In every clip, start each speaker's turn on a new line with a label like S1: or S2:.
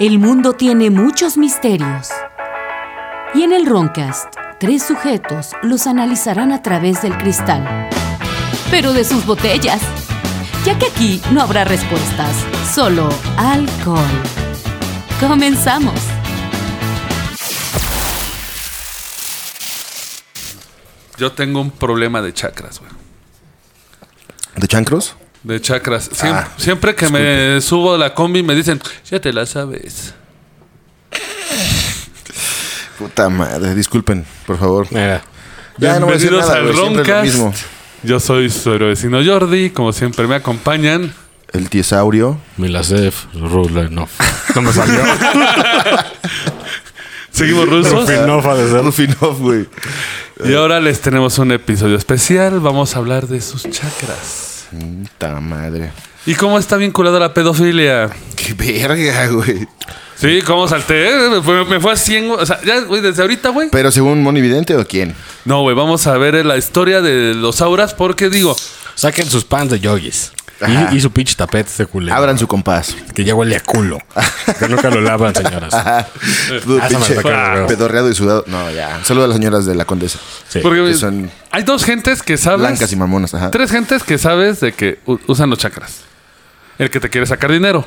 S1: El mundo tiene muchos misterios. Y en el Roncast, tres sujetos los analizarán a través del cristal. Pero de sus botellas. Ya que aquí no habrá respuestas, solo alcohol. Comenzamos.
S2: Yo tengo un problema de chakras, güey.
S3: ¿De chancros?
S2: De chakras. Siem-
S3: Ah,
S2: siempre que me subo a la combi me dicen, ya te la sabes.
S3: Puta madre, disculpen, por favor.
S4: Mira,
S3: Ya no voy a decir
S2: Bienvenidos
S3: nada,
S2: al
S3: güey, siempre es lo
S2: Roncast.
S3: mismo.
S2: Yo soy su héroe vecino Jordi, como siempre me acompañan.
S3: El tiesaurio.
S4: Milasev, Rula, no. No me salió.
S2: Seguimos rusos.
S4: Finofa de ser.
S3: Rufinov, güey.
S2: Y ahora les tenemos un episodio especial. Vamos a hablar de sus chakras.
S3: Puta madre.
S2: ¿Y cómo está vinculada la pedofilia?
S3: Qué verga, güey.
S2: Sí, ¿cómo salté? Me fue, me fue a 100. O sea, ya, güey, desde ahorita, güey.
S3: Pero según Moni Vidente o quién?
S2: No, güey, vamos a ver la historia de los auras porque digo,
S4: Saquen sus pants de yogis.
S3: Ajá.
S4: Y, y su pinche tapete de culero.
S3: Abran su compás.
S4: Que ya huele a culo. Que nunca lo lavan, señoras.
S3: Todo
S4: Ah, se me
S3: pinche
S4: sacó el huevo.
S3: pedorreado y sudado. No, ya. Saludos a las señoras de la condesa.
S4: Sí.
S2: Porque güey,
S3: son
S2: hay dos gentes que sabes.
S3: Blancas y mamonas, ajá.
S2: Tres gentes que sabes de que u- usan los chakras. El que te quiere sacar dinero.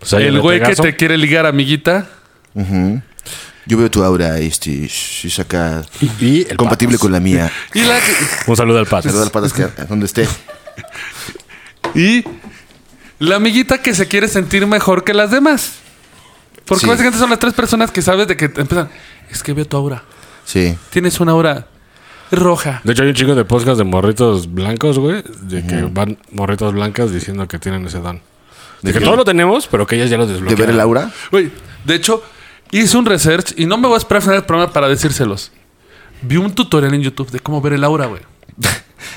S4: O sea,
S2: el güey que
S4: regazo,
S2: te quiere ligar, amiguita.
S3: Yo veo tu aura, este, si saca
S4: Y el
S3: compatible
S4: patas.
S3: con la mía.
S2: Y la que-
S4: Un saludo al patas.
S3: Saludos al patas que donde esté.
S2: y la amiguita que se quiere sentir mejor que las demás. Porque
S3: Sí.
S2: básicamente son las tres personas que sabes de que te empiezan. Es que veo tu aura.
S3: Sí.
S2: Tienes una aura roja.
S4: De hecho, hay un chingo de podcast de morritos blancos, güey. De que van morritas blancas diciendo que tienen ese don. De, que, todos lo tenemos, pero que ellas ya lo
S3: ¿De
S4: desbloquean.
S3: ver el aura?
S2: Güey, de hecho, hice un research y no me voy a esperar a final del programa para decírselos. Vi un tutorial en YouTube de cómo ver el aura, güey.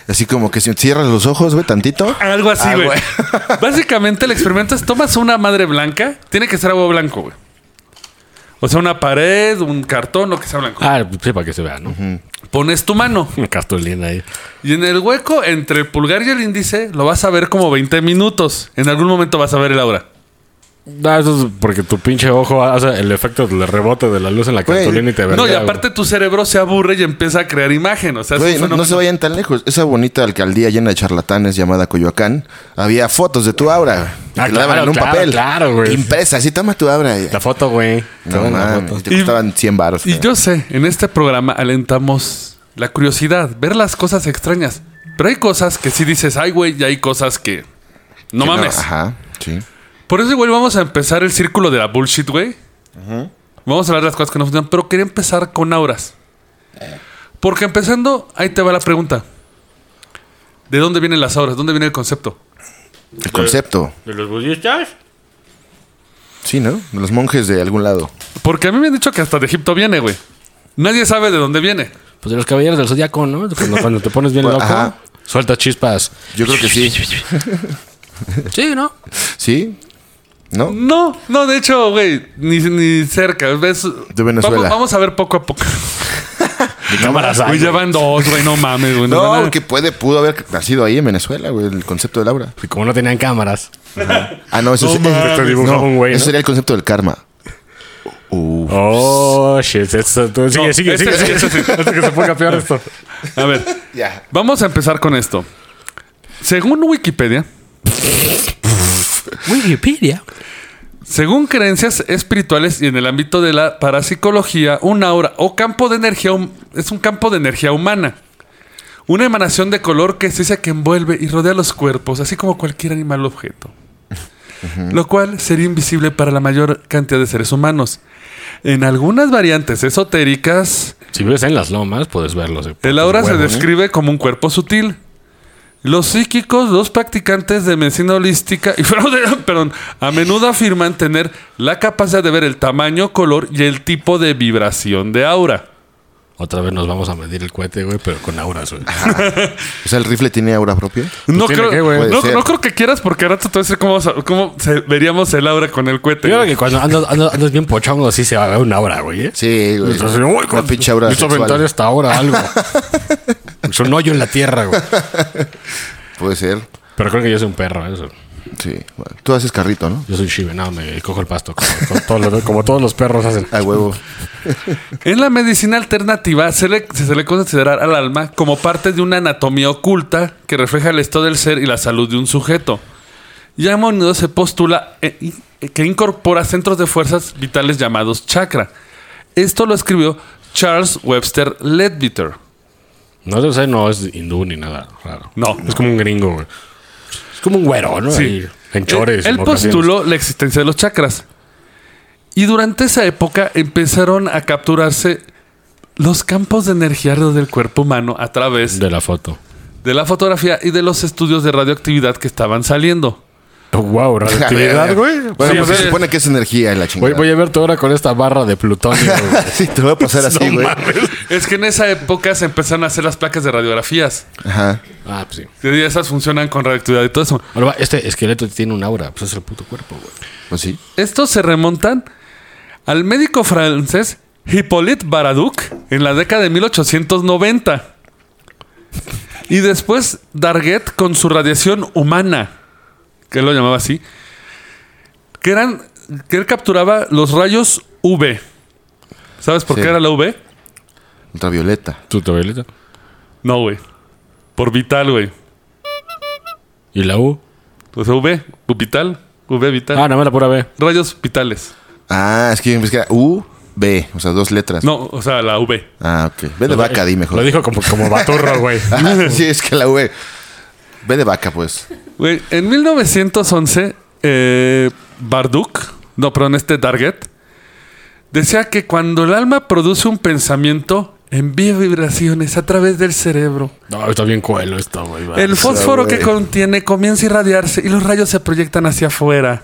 S3: Así como que si cierras los ojos, güey, tantito.
S2: Algo así,
S3: Ah,
S2: güey.
S3: güey.
S2: Básicamente el experimento es tomas una madre blanca, tiene que ser algo blanco, güey. O sea, una pared, un cartón, lo que sea blanco.
S4: Ah, sí, para que se vea, ¿no?
S2: Pones tu mano
S4: Una cartulina ahí.
S2: y en el hueco entre el pulgar y el índice lo vas a ver como 20 minutos. En algún momento vas a ver el aura.
S4: No, Ah, eso es porque tu pinche ojo hace el efecto del rebote de la luz en la
S3: Güey,
S4: cartulina y te ve.
S2: No, y aparte tu cerebro se aburre y empieza a crear imagen. O sea, es un
S3: Güey, no, no
S2: fenómeno.
S3: se vayan tan lejos. Esa bonita alcaldía llena de charlatanes llamada Coyoacán, había fotos de tu aura.
S4: Ah,
S3: te la daban
S4: claro,
S3: en un
S4: claro,
S3: papel.
S4: claro, güey.
S3: Impresa, así toma tu aura.
S4: La foto, güey. Te
S3: No,
S4: ven la
S3: mames, este,
S4: foto.
S3: te costaban 100 baros.
S2: Y yo sé, en este programa alentamos la curiosidad, ver las cosas extrañas. Pero hay cosas que sí dices, ay, güey, y hay cosas que... No mames.
S3: Ajá, sí.
S2: Por eso, güey, vamos a empezar el círculo de la bullshit, güey. Vamos a hablar de las cosas que no funcionan, pero quería empezar con auras.
S3: Eh.
S2: Porque empezando, ahí te va la pregunta. ¿De dónde vienen las auras? ¿Dónde viene el concepto?
S3: El concepto.
S4: ¿De los budistas?
S3: Sí, ¿no? De Los monjes de algún lado.
S2: Porque a mí me han dicho que hasta de Egipto viene, güey. Nadie sabe de dónde viene.
S4: Pues de los caballeros del zodiaco, ¿no? Cuando, cuando te
S2: Pues,
S4: pones bien loco,
S3: Ajá.
S4: sueltas chispas.
S3: Yo creo que sí.
S4: Sí, ¿no?
S3: ¿Sí? ¿No?
S2: No, no, de hecho, güey, ni, ni cerca. ¿Ves?
S3: De Venezuela.
S2: Vamos, vamos a ver poco a poco.
S4: Cámaras
S2: Güey, ya van dos, güey, no mames, güey. nos
S3: No,
S2: van a-
S3: porque puede, pudo haber nacido ahí en Venezuela, güey, el concepto del aura.
S4: Y como no tenían cámaras,
S3: Ah, no, eso
S2: No
S3: sí.
S2: mames. Te
S4: dibujaba un güey,
S3: Eso
S4: ¿no?
S3: sería el concepto del karma.
S4: Oh, shit. Esto, tú- sigue,
S2: No,
S4: sigue,
S2: este
S4: sigue.
S2: sí,
S4: sigue.
S2: este sí.
S4: Hasta que se ponga peor esto.
S2: A ver,
S3: Ya.
S2: vamos a empezar con esto. Según Wikipedia,
S4: Wikipedia.
S2: según creencias espirituales y en el ámbito de la parapsicología, un aura o campo de energía hum- es un campo de energía humana. Una emanación de color que se dice que envuelve y rodea los cuerpos, así como cualquier animal o objeto. Lo cual sería invisible para la mayor cantidad de seres humanos. En algunas variantes esotéricas,
S4: Si ves en las lomas, puedes verlos. eh, por
S2: El
S4: tus
S2: aura se
S4: huevos.
S2: describe como un cuerpo sutil. Los psíquicos, los practicantes de medicina holística y fraude- perdón, a menudo afirman tener la capacidad de ver el tamaño, color y el tipo de vibración de aura.
S4: Otra vez nos vamos a medir el cohete, güey, pero con auras, güey.
S3: O sea, el rifle tiene aura propia.
S2: No
S4: Pues tiene
S2: creo,
S4: que, güey.
S2: no,
S3: Puede ser.
S2: no creo que quieras porque ahora te voy a decir cómo, vas a- cómo se- veríamos el aura con el cohete.
S4: Yo creo
S2: güey.
S4: que cuando andas, andas- andas bien pochongo, sí se va a ver una aura, güey. ¿eh?
S3: Sí, güey.
S4: Entonces, uy,
S3: Una
S4: con-
S3: pinche aura
S4: me hizo aventar
S3: sexual.
S4: esta hora algo. es un hoyo en la tierra, güey.
S3: Puede ser.
S4: Pero creo que yo soy un perro, eso.
S3: Sí. bueno, Tú haces carrito, ¿no?
S4: Yo soy Shiba, no, me cojo el pasto, como, como todos, los, como todos los perros hacen.
S3: A huevo.
S2: En la medicina alternativa se le, se suele considerar al alma como parte de una anatomía oculta que refleja el estado del ser y la salud de un sujeto. Y a menudo se postula eh, in- que incorpora centros de fuerzas vitales llamados chakra. Esto lo escribió Charles Webster Ledbetter.
S4: No o sea, no es hindú ni nada raro.
S2: No.
S4: Es como un gringo, güey. Es como un güero, ¿no?
S2: Sí.
S4: Ahí, en chores.
S2: Él, él
S4: en ocasiones.
S2: postuló la existencia de los chakras. Y durante esa época empezaron a capturarse los campos de energía alrededor del cuerpo humano a través
S4: De la foto.
S2: de la fotografía y de los estudios de radioactividad que estaban saliendo.
S4: Wow, radioactividad, güey.
S3: Bueno,
S2: Sí,
S3: pues
S2: o sea,
S3: se supone que es energía y la
S4: Voy,
S3: chingada.
S4: voy a verte ahora con esta barra de plutonio. güey.
S3: sí, te voy a pasar así, güey.
S2: Es que en esa época se empezaron a hacer las placas de radiografías.
S3: Ajá.
S4: ah, pues sí.
S2: Y esas funcionan con radioactividad y todo eso.
S4: Ahora va, este esqueleto tiene un aura, pues es el puto cuerpo, güey.
S3: Pues sí.
S2: Estos se remontan al médico francés Hippolyte Baraduc en la década de 1890. Y después Darget con su radiación humana, que él lo llamaba así, que eran que él capturaba los rayos V. ¿Sabes por
S3: Sí.
S2: qué era la V?
S3: Ultravioleta.
S4: ¿Tu tabelita?
S2: No, güey. Por vital, güey.
S4: ¿Y la U?
S2: O sea, V, vital, V vital.
S4: Ah, nada más la pura B.
S2: Rayos vitales.
S3: Ah, es que yo pensé que era U, B. O sea, dos letras.
S2: No, o sea, la V.
S3: Ah, ok. Ve de vaca, di mejor.
S4: Lo dijo como, como baturro, güey.
S3: Ah, sí, es que la V. Ve de vaca, pues.
S2: Güey, en 1911, eh, Barduk, no, perdón, este Target, decía que cuando el alma produce un pensamiento, envía vibraciones a través del cerebro.
S4: No, está bien cuelo esto, Ah, güey. va.
S2: El fósforo
S3: güey.
S2: que contiene comienza a irradiarse y los rayos se proyectan hacia afuera.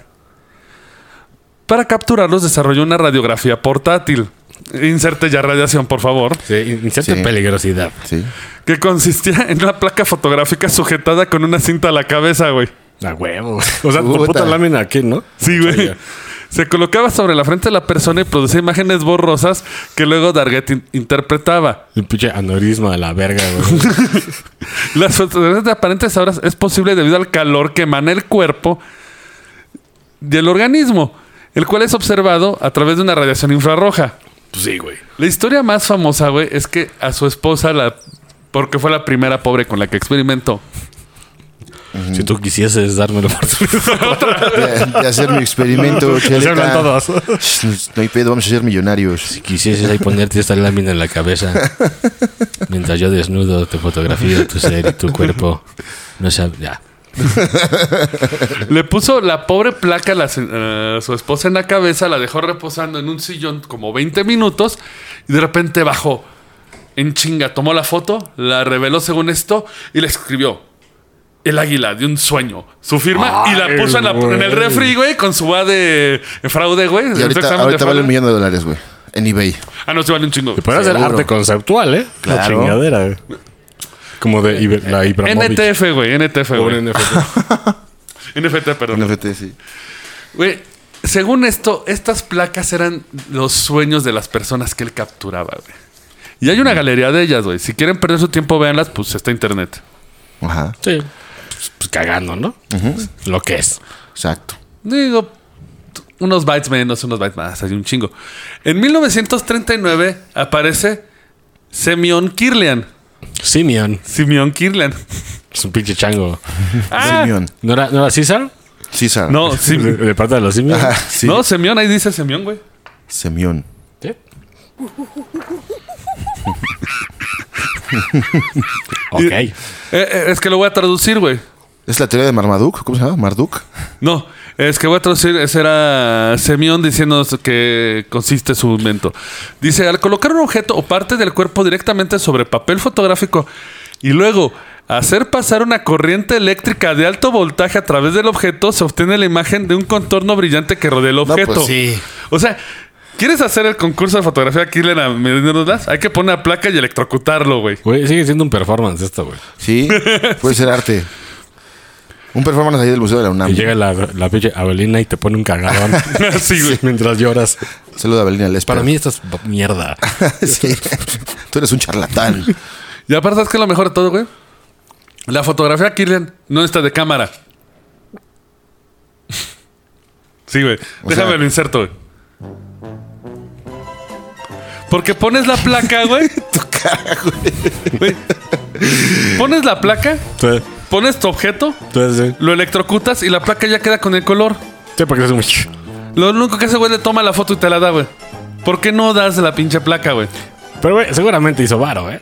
S2: Para capturarlos desarrolló una radiografía portátil. Inserte ya radiación, por favor.
S4: Sí, inserte
S3: Sí.
S4: peligrosidad.
S3: Sí.
S2: Que consistía en una placa fotográfica sujetada con una cinta a la cabeza, güey.
S4: A huevo. O sea, tu
S3: Puta.
S4: puta lámina aquí, ¿no?
S2: Sí, güey. Se colocaba sobre la frente de la persona y producía imágenes borrosas que luego Darget in- interpretaba.
S4: Un pinche aneurisma de la verga, güey.
S2: Las fotografías de aparentes horas es posible debido al calor que emana el cuerpo del organismo, el cual es observado a través de una radiación infrarroja.
S4: Pues sí, güey.
S2: La historia más famosa, güey, es que a su esposa, la porque fue la primera pobre con la que experimentó.
S4: Si tú quisieses darme la oportunidad.
S3: De, de hacer mi experimento,
S4: Se hablan
S3: cheleta.
S4: todos.
S3: Shh, No hay pedo, vamos a ser millonarios.
S4: Si quisieses ahí ponerte esta lámina en la cabeza, mientras yo desnudo te fotografío tu ser y tu cuerpo, no sé, ya.
S2: Le puso la pobre placa a, la se- a su esposa en la cabeza, la dejó reposando en un sillón como 20 minutos y de repente bajó en chinga, tomó la foto, la reveló según esto y le escribió el águila de un sueño, su firma y la
S4: Ay,
S2: puso en, la- en el
S4: güey.
S2: refri, güey, con su va de fraude, güey.
S3: Y
S2: de examen
S3: ahorita,
S2: de
S3: ahorita vale
S2: fraude.
S3: un millón de dólares, güey. En eBay.
S2: Ah, no, se vale un chingo.
S4: Te puedes hacer
S3: Seguro.
S4: arte conceptual, ¿eh? La
S3: Claro.
S4: chingadera, güey. Como de Ibe- la Ibrahimovic.
S2: NTF, güey, NTF, güey.
S4: Pobre NFT.
S2: NFT, perdón.
S3: NFT, sí.
S2: Güey, según esto, estas placas eran los sueños de las personas que él capturaba, güey. Y hay una galería de ellas, güey. Si quieren perder su tiempo, véanlas, pues está internet.
S3: Ajá,
S4: Sí. Pues, pues, cagando, ¿no? Lo que es.
S3: exacto.
S2: Digo, t- unos bytes menos, unos bytes más, hay un chingo. En 1939 aparece Semyon Kirlian.
S4: Simeon.
S2: Simeón Kirlian.
S4: Es un pinche chango.
S2: Ah,
S3: Simeón.
S4: ¿No era, ¿no era César?
S3: César.
S2: no, Sim-
S4: ¿De, de parte de los simios?
S3: Ah, sí.
S2: no, Semyon, ahí dice Semyon, güey.
S3: Semión.
S4: ¿Sí?
S2: Y-
S4: ok.
S2: eh, eh, es que lo voy a traducir, güey.
S3: ¿Es la teoría de Marmaduke? ¿Cómo se llama? ¿Marduk?
S2: No, es que voy a traducir, ese era Semión diciéndonos que consiste su invento. Dice, al colocar un objeto o parte del cuerpo directamente sobre papel fotográfico y luego hacer pasar una corriente eléctrica de alto voltaje a través del objeto, se obtiene la imagen de un contorno brillante que rodea el objeto.
S3: pues sí.
S2: O sea, ¿quieres hacer el concurso de fotografía aquí, Lena? Medinérnoslas? Hay que poner la placa y electrocutarlo, güey.
S4: Güey, sigue siendo un performance esto, güey.
S3: Sí, puede ser arte. Un performance ahí del Museo de la
S4: Y
S3: UNAM.
S4: llega la, la pinche Abelina y te pone un cagadón.
S2: Sí, güey.
S4: Mientras lloras.
S3: Saluda a Belina Lesper.
S4: Para mí esto es mierda.
S3: sí. Tú eres un charlatán.
S2: Y aparte es que lo mejor de todo, güey. La fotografía Kirlian no está de cámara. Sí, güey.
S3: O
S2: Déjame
S3: sea-
S2: lo inserto, güey. Porque pones la placa, güey.
S3: Tu cara, güey.
S2: Güey. Pones la placa,
S4: Sí,
S2: pones tu objeto,
S4: sí, sí.
S2: lo electrocutas y la placa ya queda con el color.
S4: Sí, porque es un...
S2: Lo único que hace, güey, le toma la foto y te la da, güey. ¿Por qué no das la pinche placa, güey?
S4: Pero, güey, seguramente hizo varo, ¿eh?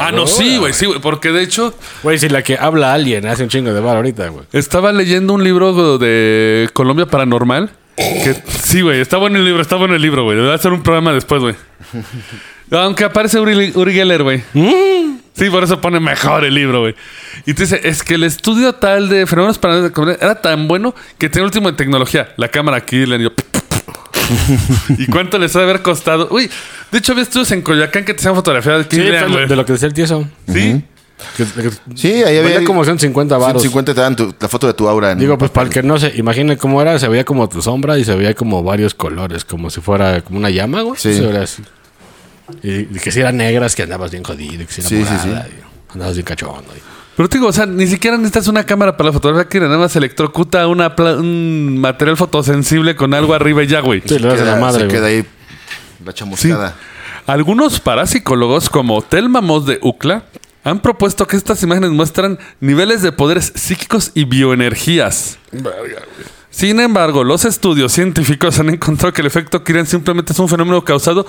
S2: Ah, no, sí, güey, sí, güey. Porque de hecho,
S4: Güey, si la que habla alguien hace un chingo de varo ahorita, güey.
S2: estaba leyendo un libro de Colombia Paranormal. Que, sí, güey, está bueno el libro, está bueno el libro, güey. Debe hacer un programa después, güey. Aunque aparece Uri, Uri Geller, güey. Sí, por eso pone mejor el libro, güey. Y te dice, es que el estudio tal de fenómenos paranormales era tan bueno que tiene el último en tecnología. La cámara aquí, le yo... ¿Y cuánto les ha de haber costado? Uy, de hecho había estudios en Coyoacán que te hacían fotografía de
S4: Sí,
S2: Killian,
S4: fue
S2: güey.
S4: lo- de lo que decía el tieso.
S2: Sí.
S4: Que- que-
S3: Sí, ahí había.
S4: valía como 150 varos.
S3: 150 te dan tu- la foto de tu aura. en-
S4: Digo, pues para el que no se imagine cómo era, se veía como tu sombra y se veía como varios colores, como si fuera como una llama, güey.
S3: Sí.
S4: Se veía así. Y, y que si eran negras, que andabas bien jodido, y que si era
S3: Sí, sí,
S4: morada, y andabas bien cachondo. y-
S2: Pero te digo, o sea, ni siquiera necesitas una cámara para la fotografía, que nada más electrocuta una pla- un material fotosensible con algo arriba y ya, güey.
S4: Sí, le das a
S3: queda-
S4: la madre,
S3: Se
S4: güey.
S3: queda ahí la chamuscada.
S2: Algunos parapsicólogos, como Telma Moss de UCLA, han propuesto que estas imágenes muestran niveles de poderes psíquicos y bioenergías. Sin embargo, los estudios científicos han encontrado que el efecto Kiran simplemente es un fenómeno causado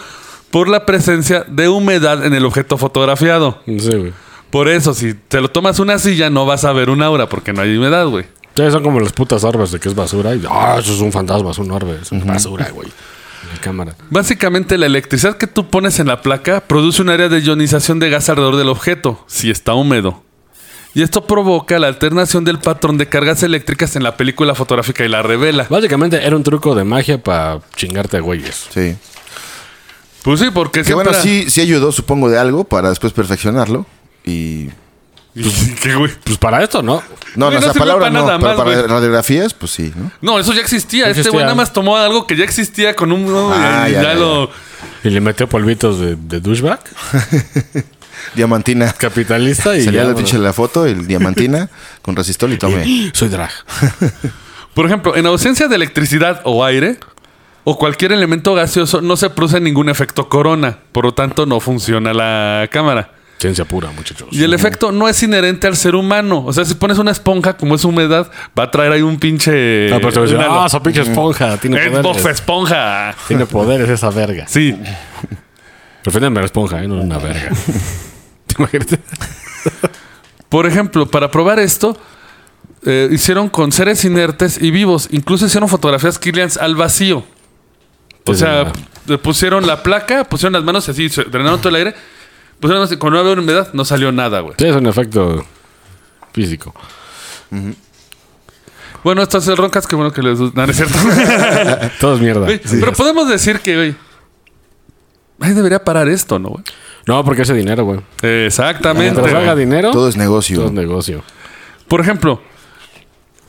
S2: por la presencia de humedad en el objeto fotografiado.
S4: No sé, güey.
S2: Por eso, si te lo tomas una silla, no vas a ver un aura porque no hay humedad, güey.
S4: Ustedes son como los putas orbes de que es basura. Y, ah, eso es un fantasma, es un orbe, es una basura, güey. En La cámara.
S2: Básicamente, la electricidad que tú pones en la placa produce un área de ionización de gas alrededor del objeto, si está húmedo. Y esto provoca la alternación del patrón de cargas eléctricas en la película fotográfica y la revela.
S4: Básicamente era un truco de magia para chingarte a güeyes.
S3: Sí.
S2: Pues sí, porque
S3: Que
S2: siempre...
S3: bueno, sí, sí ayudó, supongo, de algo para después perfeccionarlo. Y.
S2: Qué güey.
S4: Pues para esto, ¿no?
S3: No,
S2: Güey, no
S3: no, esa
S2: sirve
S3: palabra
S2: para
S3: no,
S2: nada
S3: pero
S2: más,
S3: para
S2: güey.
S3: radiografías, pues sí, ¿no?
S2: No, eso ya existía. Este
S4: Existía.
S2: güey nada más tomó algo que ya existía con un...
S3: Ah,
S2: y
S3: ya,
S2: ya
S3: ya,
S2: lo-
S4: Y le metió polvitos de, de douchebag
S3: Diamantina.
S4: capitalista y
S3: Salía
S4: ya,
S3: la
S4: güey.
S3: pinche la foto, el diamantina con resistol y tome.
S4: Soy drag.
S2: Por ejemplo, en ausencia de electricidad o aire o cualquier elemento gaseoso, no se produce ningún efecto corona. Por lo tanto, no funciona la cámara.
S4: Ciencia pura, muchachos.
S2: Y el efecto no es inherente al ser humano. O sea, si pones una esponja, como es humedad, va a traer ahí un pinche.
S4: Ah, pero se va a decir,
S2: una-
S4: "Ah, esa pinche esponja. Tiene
S2: Xbox
S4: poderes.
S2: esponja.
S4: Tiene poderes esa verga.
S2: Sí.
S4: Reféndeme a la esponja, ¿eh? No es una verga. ¿Te imaginas?
S2: Por ejemplo, para probar esto, eh, hicieron con seres inertes y vivos. Incluso hicieron fotografías Killians al vacío. O
S4: Sí,
S2: sea,
S4: señora.
S2: le pusieron la placa, pusieron las manos así, se drenaron todo el aire. Pusieron las manos y cuando no había humedad, no salió nada, güey.
S4: Sí, es un efecto físico.
S2: Bueno, esto es el roncas, que bueno que les. No, no es cierto.
S4: Todo es mierda.
S2: Eh, Güey, pero pues- podemos decir que, güey. Ahí debería parar esto, ¿no, güey?
S4: No, porque ese dinero, güey.
S2: Exactamente.
S4: Mientras haga dinero,
S3: Todo es negocio.
S4: todo es negocio.
S2: Por ejemplo,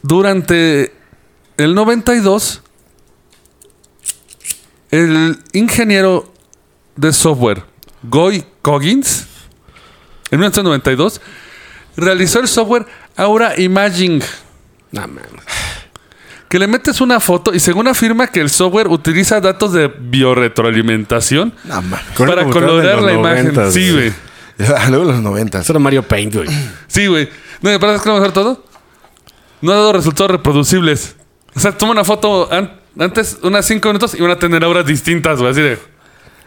S2: durante el 92, el ingeniero de software Goy Coggins, en 1992, realizó el software Aura Imaging,
S4: No, mames.
S2: que le metes una foto y según afirma que el software utiliza datos de biorretroalimentación
S3: No mames. Ah,
S4: Con
S2: para
S4: el computador
S2: colorear
S4: de
S2: la
S4: los
S2: imagen.
S4: noventas,
S2: Sí,
S4: güey.
S2: güey.
S3: Luego los noventas.
S4: Eso era Mario Paint, güey.
S2: Sí, güey. No, me parece que lo mejor de todo. No ha dado resultados reproducibles. O sea, toma una foto an- antes, unas 5 minutos, y van a tener auras distintas, güey. Así de.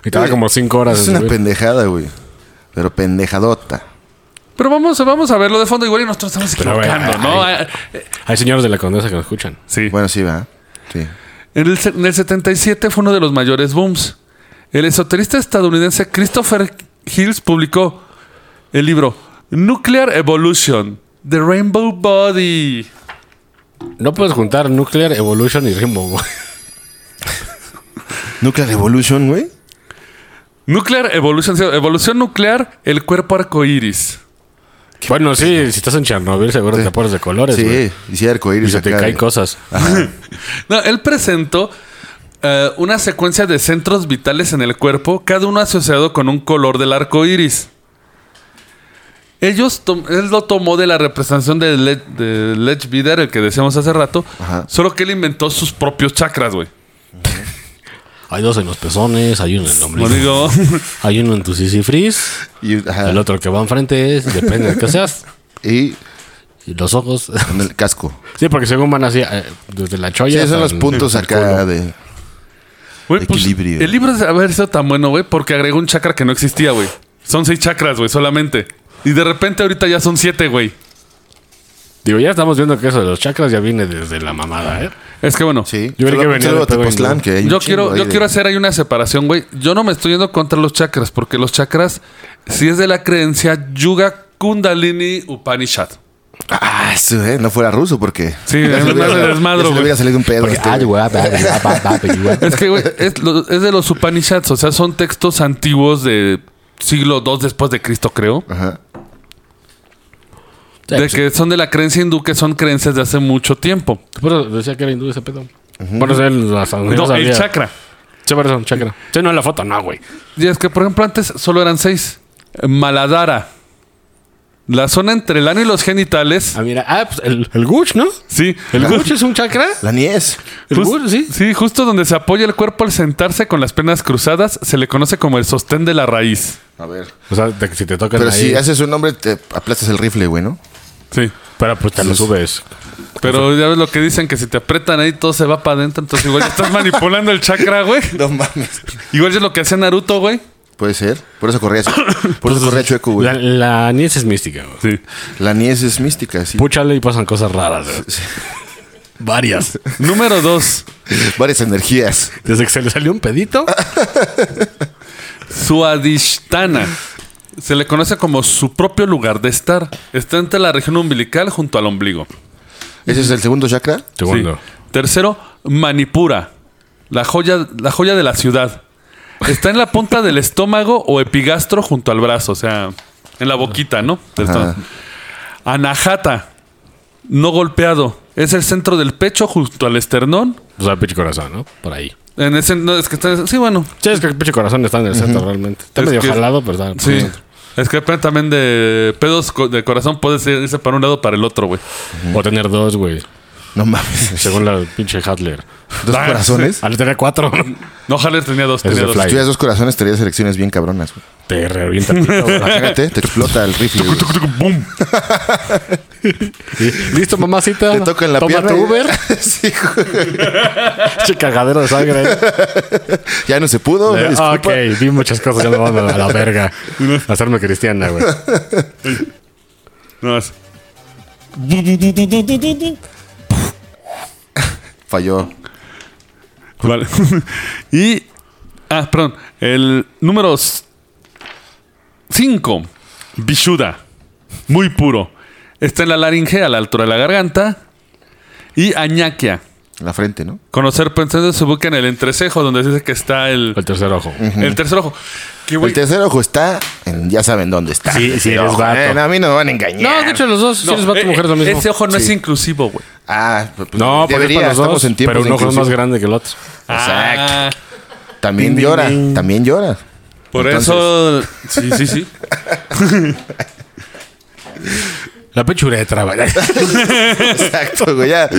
S4: Y estaba como cinco horas.
S3: Es
S4: en
S3: una
S4: subir.
S3: pendejada, güey. Pero pendejadota.
S2: Pero vamos, vamos a verlo de fondo, igual y nosotros estamos
S4: Pero, güey,
S2: equivocando,
S4: ay,
S2: ¿no?
S4: ay.
S2: Ah, eh,
S4: Hay señores de la condesa que nos escuchan.
S2: Sí.
S3: Bueno, sí, va. Sí.
S2: En el, se- en el 77 fue uno de los mayores booms. El esoterista estadounidense Christopher Hills publicó el libro Nuclear Evolution, The Rainbow Body.
S4: No puedes juntar Nuclear Evolution y Rainbow, güey.
S3: Nuclear Revolution, güey.
S2: Nuclear Evolution, sí, evolución nuclear, el cuerpo arcoíris.
S4: Bueno, sí, si estás en Chernobyl, seguro te pones de colores, güey.
S3: Sí, y sí, arcoíris
S4: Y se te
S3: acá,
S4: caen
S3: güey.
S4: cosas.
S2: No, él presentó eh, una secuencia de centros vitales en el cuerpo, cada uno asociado con un color del arco iris. Ellos, tom- él lo tomó de la representación de, Le de Lech Vider, el que decíamos hace rato,
S3: Ajá.
S2: solo que él inventó sus propios chakras, güey.
S4: Hay dos en los pezones, hay uno en el ombligo.
S2: Como digo,
S4: Hay uno en tu sisifris.
S3: Y, ajá,
S4: El otro que va enfrente es, depende de qué seas.
S3: y
S4: Y los ojos.
S3: en el casco.
S4: Sí, porque según van así, eh, desde la
S3: Sí,
S4: cholla.
S3: esos
S4: hasta
S3: son los
S4: el-
S3: puntos
S4: el
S3: acá
S4: culo.
S3: de...
S2: güey, pues,
S3: Equilibrio.
S2: el libro de haber sido tan bueno, güey, porque agregó un chakra que no existía, güey. Son seis chakras, güey, solamente. Y de repente ahorita ya son siete, güey.
S4: Digo, ya estamos viendo que eso de los chakras ya viene desde la mamada, ¿eh?
S2: Es que bueno.
S3: Sí.
S4: Yo creí que venía
S3: Saludo
S4: de
S3: a Tepoztlán,
S4: Pedro
S3: que hay un
S2: Yo
S3: chingo
S2: quiero,
S3: ahí
S2: yo
S3: de-
S2: quiero hacer ahí una separación, güey. Yo no me estoy yendo contra los chakras, porque los chakras sí es de la creencia Yuga Kundalini Upanishad.
S3: Ah, sí, eh, no fuera ruso porque...
S2: Sí,
S3: Ya se
S2: es
S3: le
S2: una
S3: hubiera-
S2: de desmadre,
S3: ya se le
S2: güey.
S3: hubiera salido un pedo. a
S4: Porque,
S3: este,
S4: ay,
S3: güey.
S4: güey, va, va, va, va, va.
S2: Es que, güey, es, lo- es de los Upanishads, o sea, son textos antiguos de siglo II después de Cristo, creo.
S3: Ajá.
S4: Sí,
S2: De
S4: pues,
S2: que son de la creencia hindú, que son creencias de hace mucho tiempo.
S4: Por eso decía que era hindú ese pedo. Bueno, es el, hasta donde yo
S2: No, el
S4: sabía.
S2: chakra.
S4: Sí, por eso, un chakra. Sí, no en la foto, no, güey.
S2: Y es que, por ejemplo, antes solo eran seis. Maladara. La zona entre el ano y los genitales.
S4: Ah, mira, ah, pues el, el gush, ¿no?
S2: Sí.
S4: ¿El gush es un chakra?
S3: La niez.
S4: El
S2: Jus-
S4: gush, sí.
S2: Sí, justo donde se apoya el cuerpo al sentarse con las piernas cruzadas, se le conoce como el sostén de la raíz.
S3: A ver.
S4: O sea, de que si te tocan
S3: Pero
S4: ahí.
S3: si haces un nombre, te aplastas el rifle, güey, ¿no?
S2: Sí.
S4: Pero pues te lo subes.
S2: Pero ya ves lo que dicen, que si te apretan ahí todo se va para adentro, entonces igual ya estás manipulando el chakra, güey.
S3: No mames.
S2: Igual es lo que hacía Naruto, güey.
S3: Puede ser. Por eso corría así. Por eso corría chueco, güey.
S4: Pues, La,
S3: La...
S4: la niez es mística,
S2: Sí.
S4: güey.
S3: niez es mística, sí.
S4: Púchale y pasan cosas raras, güey. Varias.
S2: Número dos.
S3: Varias energías.
S4: Desde que se le salió un pedito.
S2: Suadhisthana. Se le conoce como su propio lugar de estar. Está entre la región umbilical junto al ombligo.
S3: Ese es el segundo chakra.
S4: Segundo.
S2: Sí. Tercero, Manipura. La joya, la joya de la ciudad. Está en la punta del estómago o epigastro junto al brazo, o sea, en la boquita, ¿no? Del
S3: Ajá.
S2: estómago. Anahata. No golpeado. Es el centro del pecho junto al esternón.
S4: O sea, pinche corazón, ¿no? Por ahí.
S2: En ese, no, es que está, sí, bueno.
S4: Sí, es que el pinche corazón está en el centro realmente. Está
S2: Es
S4: medio
S2: que-
S4: jalado, pero está.
S2: Sí. Es que depende también de pedos co- de corazón, puedes irse para un lado o para el otro, güey.
S4: O tener dos, güey.
S3: No mames.
S4: Según la pinche Hadler.
S3: Dos
S2: Ah,
S3: corazones.
S4: Al tener cuatro,
S2: No, Haller tenía dos,
S4: Es
S2: tenía
S4: de
S2: dos.
S3: Si tuvieras dos corazones, te harías elecciones bien cabronas, güey.
S4: te revienta el pito, güey.
S3: Cágate, te explota el rifle. güey.
S4: Listo, mamacita.
S3: Te toca en la
S4: Toma
S3: pierna.
S4: tu
S3: y-
S4: Uber.
S3: sí, güey.
S4: Pinche cagadero de sangre.
S3: Ya no se pudo.
S4: Eh,
S3: disculpa.
S4: ok, vi muchas cosas. Ya me van a la, a la verga. Hacerme cristiana, güey.
S2: No, es-
S3: Falló.
S2: Vale. y. Ah, perdón. El número 5. Vishuda. Muy puro. Está en la laringe, a la altura de la garganta. Y Añaquia.
S3: La frente, ¿no?
S2: Conocer pensando se busca en el entrecejo, donde se dice que está el,
S4: El tercer ojo.
S2: el tercer ojo. Que, güey,
S3: El tercer ojo está en ya saben dónde está.
S4: Sí, sí,
S3: Ese
S4: eres
S3: ojo,
S4: vato.
S3: eh, no, a mí no me van a engañar.
S4: No, de hecho, Ah, los dos.
S2: no,
S4: si eres vato
S2: eh,
S4: mujer, es lo mismo.
S2: Ese ojo no es inclusivo, güey.
S3: Ah, pues,
S4: No, porque
S3: debería,
S4: es para los
S3: estamos
S4: dos,
S3: en tiempos
S4: pero un
S3: de
S4: ojo es
S3: inclusión.
S4: más grande que el otro.
S3: Exacto.
S2: Ah,
S3: También
S4: Ding, ding,
S3: llora,
S4: ding.
S3: también llora.
S2: por
S3: Entonces-
S2: eso. Sí, sí, sí.
S4: La pechuretra, güey.
S3: Exacto, güey. Ya,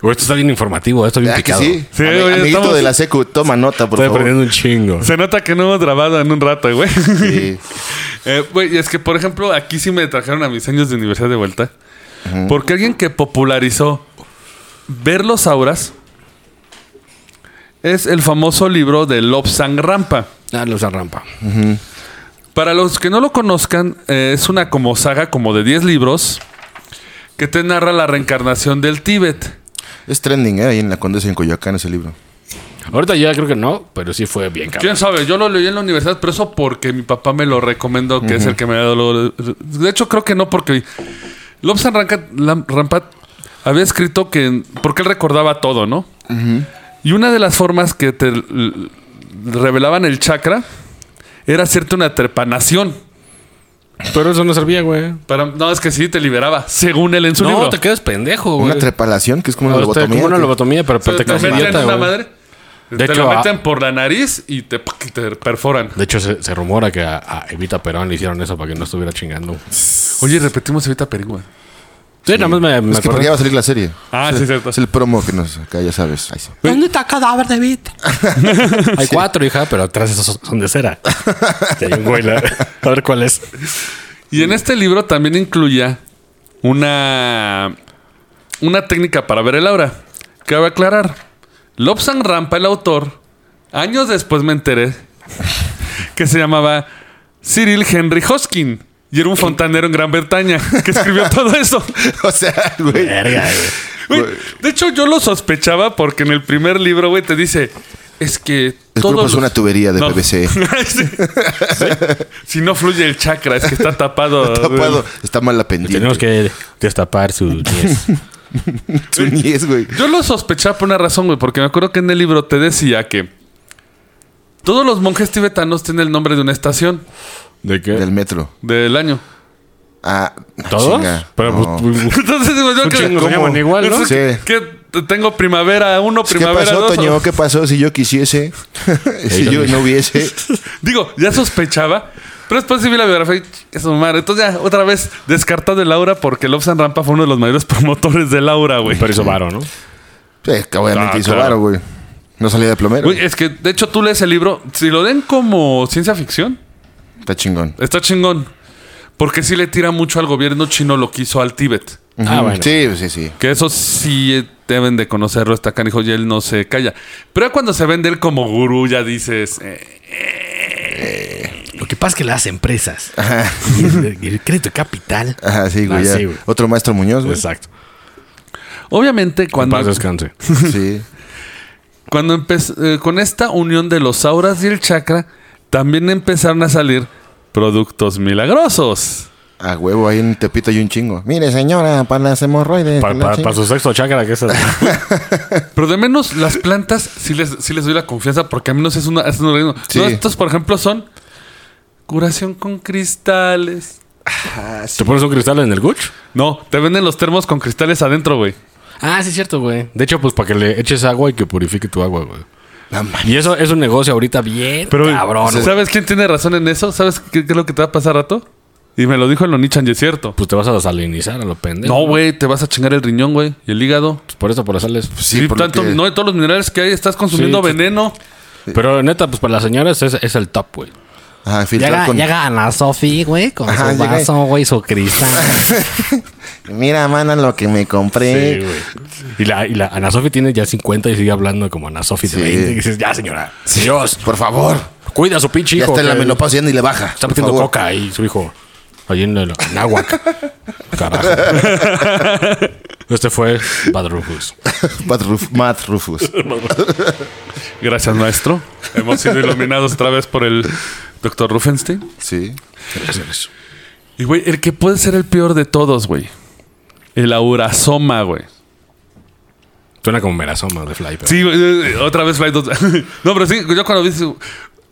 S4: Güey, esto está bien informativo, esto bien
S3: Ya Ah, que
S4: picado.
S3: sí.
S2: Sí,
S3: Ami-
S2: güey,
S3: amiguito
S2: estamos-
S3: de la secu, toma nota, por
S4: Estoy
S3: favor.
S4: aprendiendo un chingo.
S2: Se nota que no hemos grabado en un rato, güey.
S3: Sí.
S2: Eh, Güey, es que, por ejemplo, aquí sí me trajeron a mis años de universidad de vuelta. Porque alguien que popularizó ver los auras es el famoso libro de Lobsang Rampa.
S4: Ah, lo usa rampa.
S2: Para los que no lo conozcan, eh, es una como saga como de 10 libros que te narra la reencarnación del Tíbet.
S3: Es trending, ¿eh? Ahí en la Condesa en Coyoacán ese libro.
S4: Ahorita ya creo que no, pero sí fue bien cabrón.
S2: ¿Quién sabe? Yo lo leí en la universidad, pero eso porque mi papá me lo recomendó, que es el que me ha dado... lo- De hecho, creo que no, porque Lobsang Ranca- Lam- Rampat había escrito que... Porque él recordaba todo, ¿no? Y una de las formas que te l- l- revelaban el chakra era hacerte una trepanación.
S4: Pero eso no servía, güey.
S2: Para, no, es que sí, te liberaba, según él en su
S4: No,
S2: libro.
S4: te quedas pendejo, güey.
S3: Una trepalación que es como una
S4: Ahora está
S3: lobotomía.
S4: Como una
S3: ¿o qué?
S4: lobotomía, pero,
S2: O sea,
S4: te
S2: te
S4: quedas
S2: metían
S4: idiota,
S2: en una
S4: güey.
S2: madre.
S4: De
S2: te
S4: hecho, ah.
S2: lo
S4: a-
S2: meten por la nariz y te, te perforan.
S4: De hecho, se, se rumora que a, a Evita Perón le hicieron eso para que no estuviera chingando. Sí,
S2: Oye, repetimos ahorita Perigua.
S4: nada más me, me
S3: Es que porque
S4: acordé.
S3: ya va a salir la serie.
S2: Ah, sí, cierto.
S3: Es el promo que nos acá, ya sabes. Ay, sí.
S4: ¿Dónde está cadáver de Evita? Hay cuatro, hija, pero atrás esos son de cera. Sí, hay un güey, la- A ver cuál es.
S2: Y en este libro también incluía una, una técnica para ver el aura. Cabe aclarar. Lobsang Rampa, el autor, años después me enteré que se llamaba Cyril Henry Hoskin. Y era un fontanero en Gran Bretaña que escribió todo eso.
S3: O sea, güey.
S4: Verga, güey.
S2: Güey, de hecho, yo lo sospechaba porque en el primer libro, güey, te dice... Es que
S3: El
S2: todo
S3: cuerpo es una tubería de PVC.
S2: Si no fluye el chakra, es que está tapado.
S3: Tapado. Está mal la pendiente.
S4: Tenemos que destapar su 10.
S3: Su niez, güey.
S2: Yo lo sospechaba por una razón, güey, porque me acuerdo que en el libro te decía que todos los monjes tibetanos tienen el nombre de una estación
S4: ¿De qué?
S3: Del metro.
S2: del año.
S3: Ah,
S4: ¿Todos?
S3: chinga,
S4: Pero,
S3: no.
S4: pues, pues,
S2: Entonces digo yo
S4: Un
S2: que...
S4: chingo se
S2: ¿cómo?
S4: llaman igual, ¿no?
S2: Entonces,
S3: Sí.
S2: ¿qué- qué- tengo primavera 1,
S3: ¿Qué
S2: primavera
S3: pasó,
S2: 2.
S3: Toño? ¿Qué pasó si yo quisiese? si yo no hubiese.
S2: Digo, ya sospechaba. Pero después sí vi la biografía y es madre. Entonces ya, otra vez, descartado el Laura porque Love San Rampa fue uno de los mayores promotores del Laura, güey.
S4: pero hizo varo, ¿no?
S3: Sí, que obviamente
S2: Ah,
S3: hizo
S2: claro.
S3: varo, güey. No salía de plomero.
S2: Güey, es que, de hecho, tú lees el libro. Si lo den como ciencia ficción,
S4: eh.
S3: Está chingón.
S2: Está chingón. Porque sí le tira mucho al gobierno chino lo que hizo al Tíbet.
S4: Ah,
S3: Ujú.
S4: bueno.
S3: Sí, sí, sí.
S2: Que eso sí eh, deben de conocerlo, está canijo y él no se calla. Pero ya cuando se vende él como gurú, ya dices. eh,
S5: Lo que pasa es que las empresas y el, y el crédito de capital
S3: Ajá, sí, güey.
S4: Ah,
S3: ya.
S4: sí, güey.
S3: Otro maestro Muñoz, güey.
S4: Exacto.
S2: Obviamente, cuando,
S4: Paz descanse.
S3: Sí.
S2: cuando empe- eh, con esta unión de los auras y el chakra, también empezaron a salir productos milagrosos.
S3: A huevo, ahí en Tepito hay un chingo. Mire, señora, para las hemorroides.
S4: Para
S3: la chinga.
S4: su sexto chakra, que es el-
S2: Pero de menos las plantas sí les, sí les doy la confianza porque a menos es, una, es un organismo.
S3: Sí.
S2: No, estos, por ejemplo, son curación con cristales.
S3: Ah,
S4: ¿Te pones un cristal en el Gucci?
S2: No, te venden los termos con cristales adentro, güey.
S5: Ah, sí es cierto, güey.
S4: De hecho, pues para que le eches agua y que purifique tu agua, güey.
S3: No mames.
S4: Y eso es un negocio ahorita bien cabrón, güey.
S2: ¿sabes quién tiene razón en eso? ¿Sabes qué, qué es lo que te va a pasar rato? Y me lo dijo el Onichan, y es cierto.
S4: Pues te vas a desalinizar a lo pendejo.
S2: No, güey, te vas a chingar el riñón, güey, y el hígado.
S4: Pues por eso, por sales.
S3: Sí,
S2: Sí,
S3: por lo
S2: tanto,
S3: que-
S2: no de todos los minerales que hay, estás consumiendo
S4: Sí, sí.
S2: veneno.
S4: Pero neta, pues para las señoras es, es el top, güey.
S3: Ajá, Ah, filtrar
S5: Llega,
S3: con...
S5: llega Ana Sofi, güey, con
S3: Ajá,
S5: su
S3: llega y-
S5: vaso, güey, su cristal.
S3: Mira, mana, lo que me compré.
S4: Sí, güey. Y la, y la Ana Sofi tiene ya 50 y sigue hablando como Ana Sofi de
S3: Sí.
S4: 20. Y dices, ya, señora. Dios,
S3: Por favor.
S4: cuida a su pinche
S3: ya
S4: hijo.
S3: está en la
S4: que
S3: menopausia y ni le baja.
S4: Está
S3: por
S4: metiendo
S3: favor.
S4: coca ahí su hijo. Allí en el en Anáhuac. Carajo. Este fue Bad Rufus.
S3: Matt, Ruf- Matt Rufus.
S2: Gracias, maestro. Hemos sido iluminados otra vez por el doctor Rufenstein.
S3: Sí.
S2: Y, güey, el que puede ser el peor de todos, güey. El aurasoma, güey.
S4: Suena como Merasoma de Fly. Pero...
S2: Sí, güey, eh, eh, otra vez Flight 2. no, pero sí, yo cuando vi su...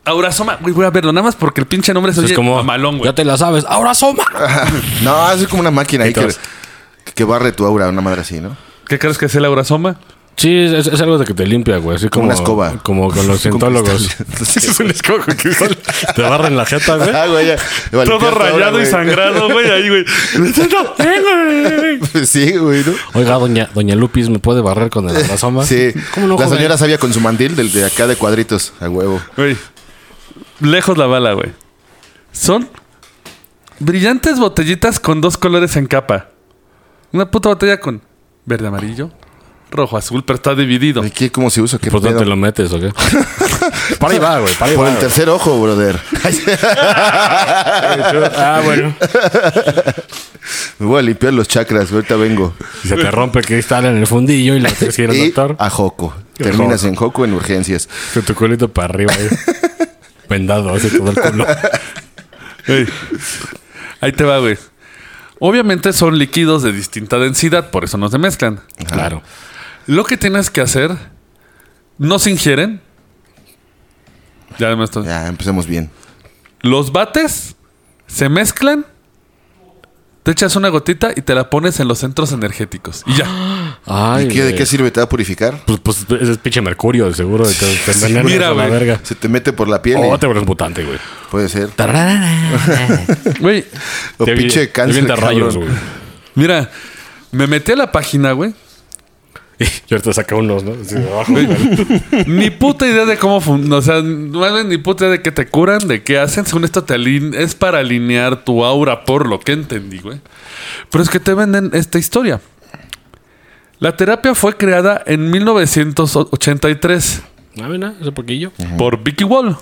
S2: Aurasoma, güey, voy a verlo, nada más porque el pinche nombre se
S4: Entonces,
S2: oye
S4: es como.
S2: mamalón, güey.
S4: ya te la sabes. Ahora Soma.
S3: No, es como una máquina ahí que,
S4: Entonces-
S3: que barre tu aura, una madre así, ¿no?
S2: ¿Qué crees que es el aurasoma?
S4: Sí, es, es algo de que te limpia, güey. Así como,
S3: una escoba.
S4: Como con los cientólogos. es una escoba con cristal. Te barren la jeta, güey.
S3: Ah, güey, ya. Igual,
S2: Todo
S3: limpiar tu aura,
S2: rayado y
S3: güey.
S2: sangrado, güey, ahí, güey.
S3: Sí, güey, ¿no?
S4: Oiga, doña, doña Lupis, ¿me puede barrer con el Soma?
S3: Sí.
S4: Ah, ¿Cómo no,
S3: la
S4: joven?
S3: señora sabía con su mandil del de acá de cuadritos, a huevo.
S2: Güey, lejos la bala, güey. Son brillantes botellitas con dos colores en capa. Una puta botella con verde amarillo, rojo azul, pero está dividido.
S3: Aquí como se usa, qué
S4: ¿Por dónde
S3: pedo?
S4: te lo metes o qué? Para ahí va, güey. Para ahí
S3: Por
S4: va,
S3: el
S4: güey.
S3: tercer ojo, brother.
S4: Ah, bueno.
S3: Me voy a limpiar los chakras, ahorita vengo.
S4: Y se te rompe el cristal en el fundillo y la tienes que ir al
S3: Y
S4: doctor.
S3: a Joco. Terminas en Joco en urgencias.
S4: Con tu culito para arriba, güey. Vendado así todo el culo.
S2: Ey, Ahí te va, güey. Obviamente son líquidos de distinta densidad, por eso no se mezclan.
S4: Claro.
S2: Lo que tienes que hacer, no se ingieren. Ya me estoy-
S3: Ya, empecemos bien.
S2: Los bates se mezclan. Te echas una gotita y te la pones en los centros energéticos. Y ya.
S4: Ay,
S3: ¿Y qué,
S4: güey.
S3: de qué sirve? ¿Te va a purificar?
S4: Pues, pues ese es pinche mercurio, de seguro. de te, te envenenas
S2: mira,
S4: a la
S2: güey.
S4: verga.
S3: Se te mete por la piel.
S4: O
S3: y-
S4: Oh, te vuelves mutante, güey.
S3: Puede ser.
S2: Güey,
S3: O
S4: Te vi-
S3: pinche
S4: te
S3: cáncer.
S4: vienen de rayos,
S3: cabrón.
S4: güey.
S2: mira, me metí a la página, güey.
S4: Y ahorita saca unos, ¿no? Así de abajo.
S2: Ni puta idea de cómo funciona. O sea, más bien ni puta idea de qué te curan, de qué hacen. Según esto, te alin- es para alinear tu aura, por lo que entendí, güey. Pero es que te venden esta historia. La terapia fue creada en 1983
S4: Ah, mira, ese poquillo.
S2: por Vicky Wall,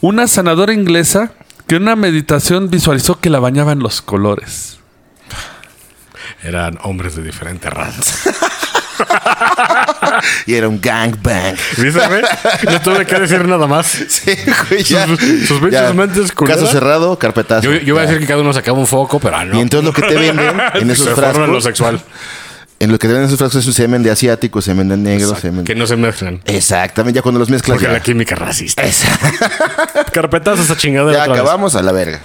S2: una sanadora inglesa que en una meditación visualizó que la bañaban los colores.
S4: Eran hombres de diferentes razas.
S3: Y era un gangbang.
S4: ¿Viste, güey? No tuve que decir nada más.
S3: Sí, güey, ya.
S4: Sus- sus pinches
S3: Ya.
S4: mentes culeras.
S3: Caso cerrado, carpetazo.
S4: Yo, yo voy a
S3: Ya.
S4: decir que cada uno sacaba un foco, pero ah, no.
S3: Y entonces lo que te venden en esos
S4: se forma lo
S3: frascos.
S4: sexual.
S3: En lo que te venden esos frascos es un semen de asiático, semen de negro, semen.
S4: Que no se mezclan.
S3: Exactamente, ya cuando los mezclas.
S4: Porque
S3: Ya,
S4: la química es racista.
S3: Esa-
S4: Carpetazo esa chingada.
S3: ya acabamos a la verga.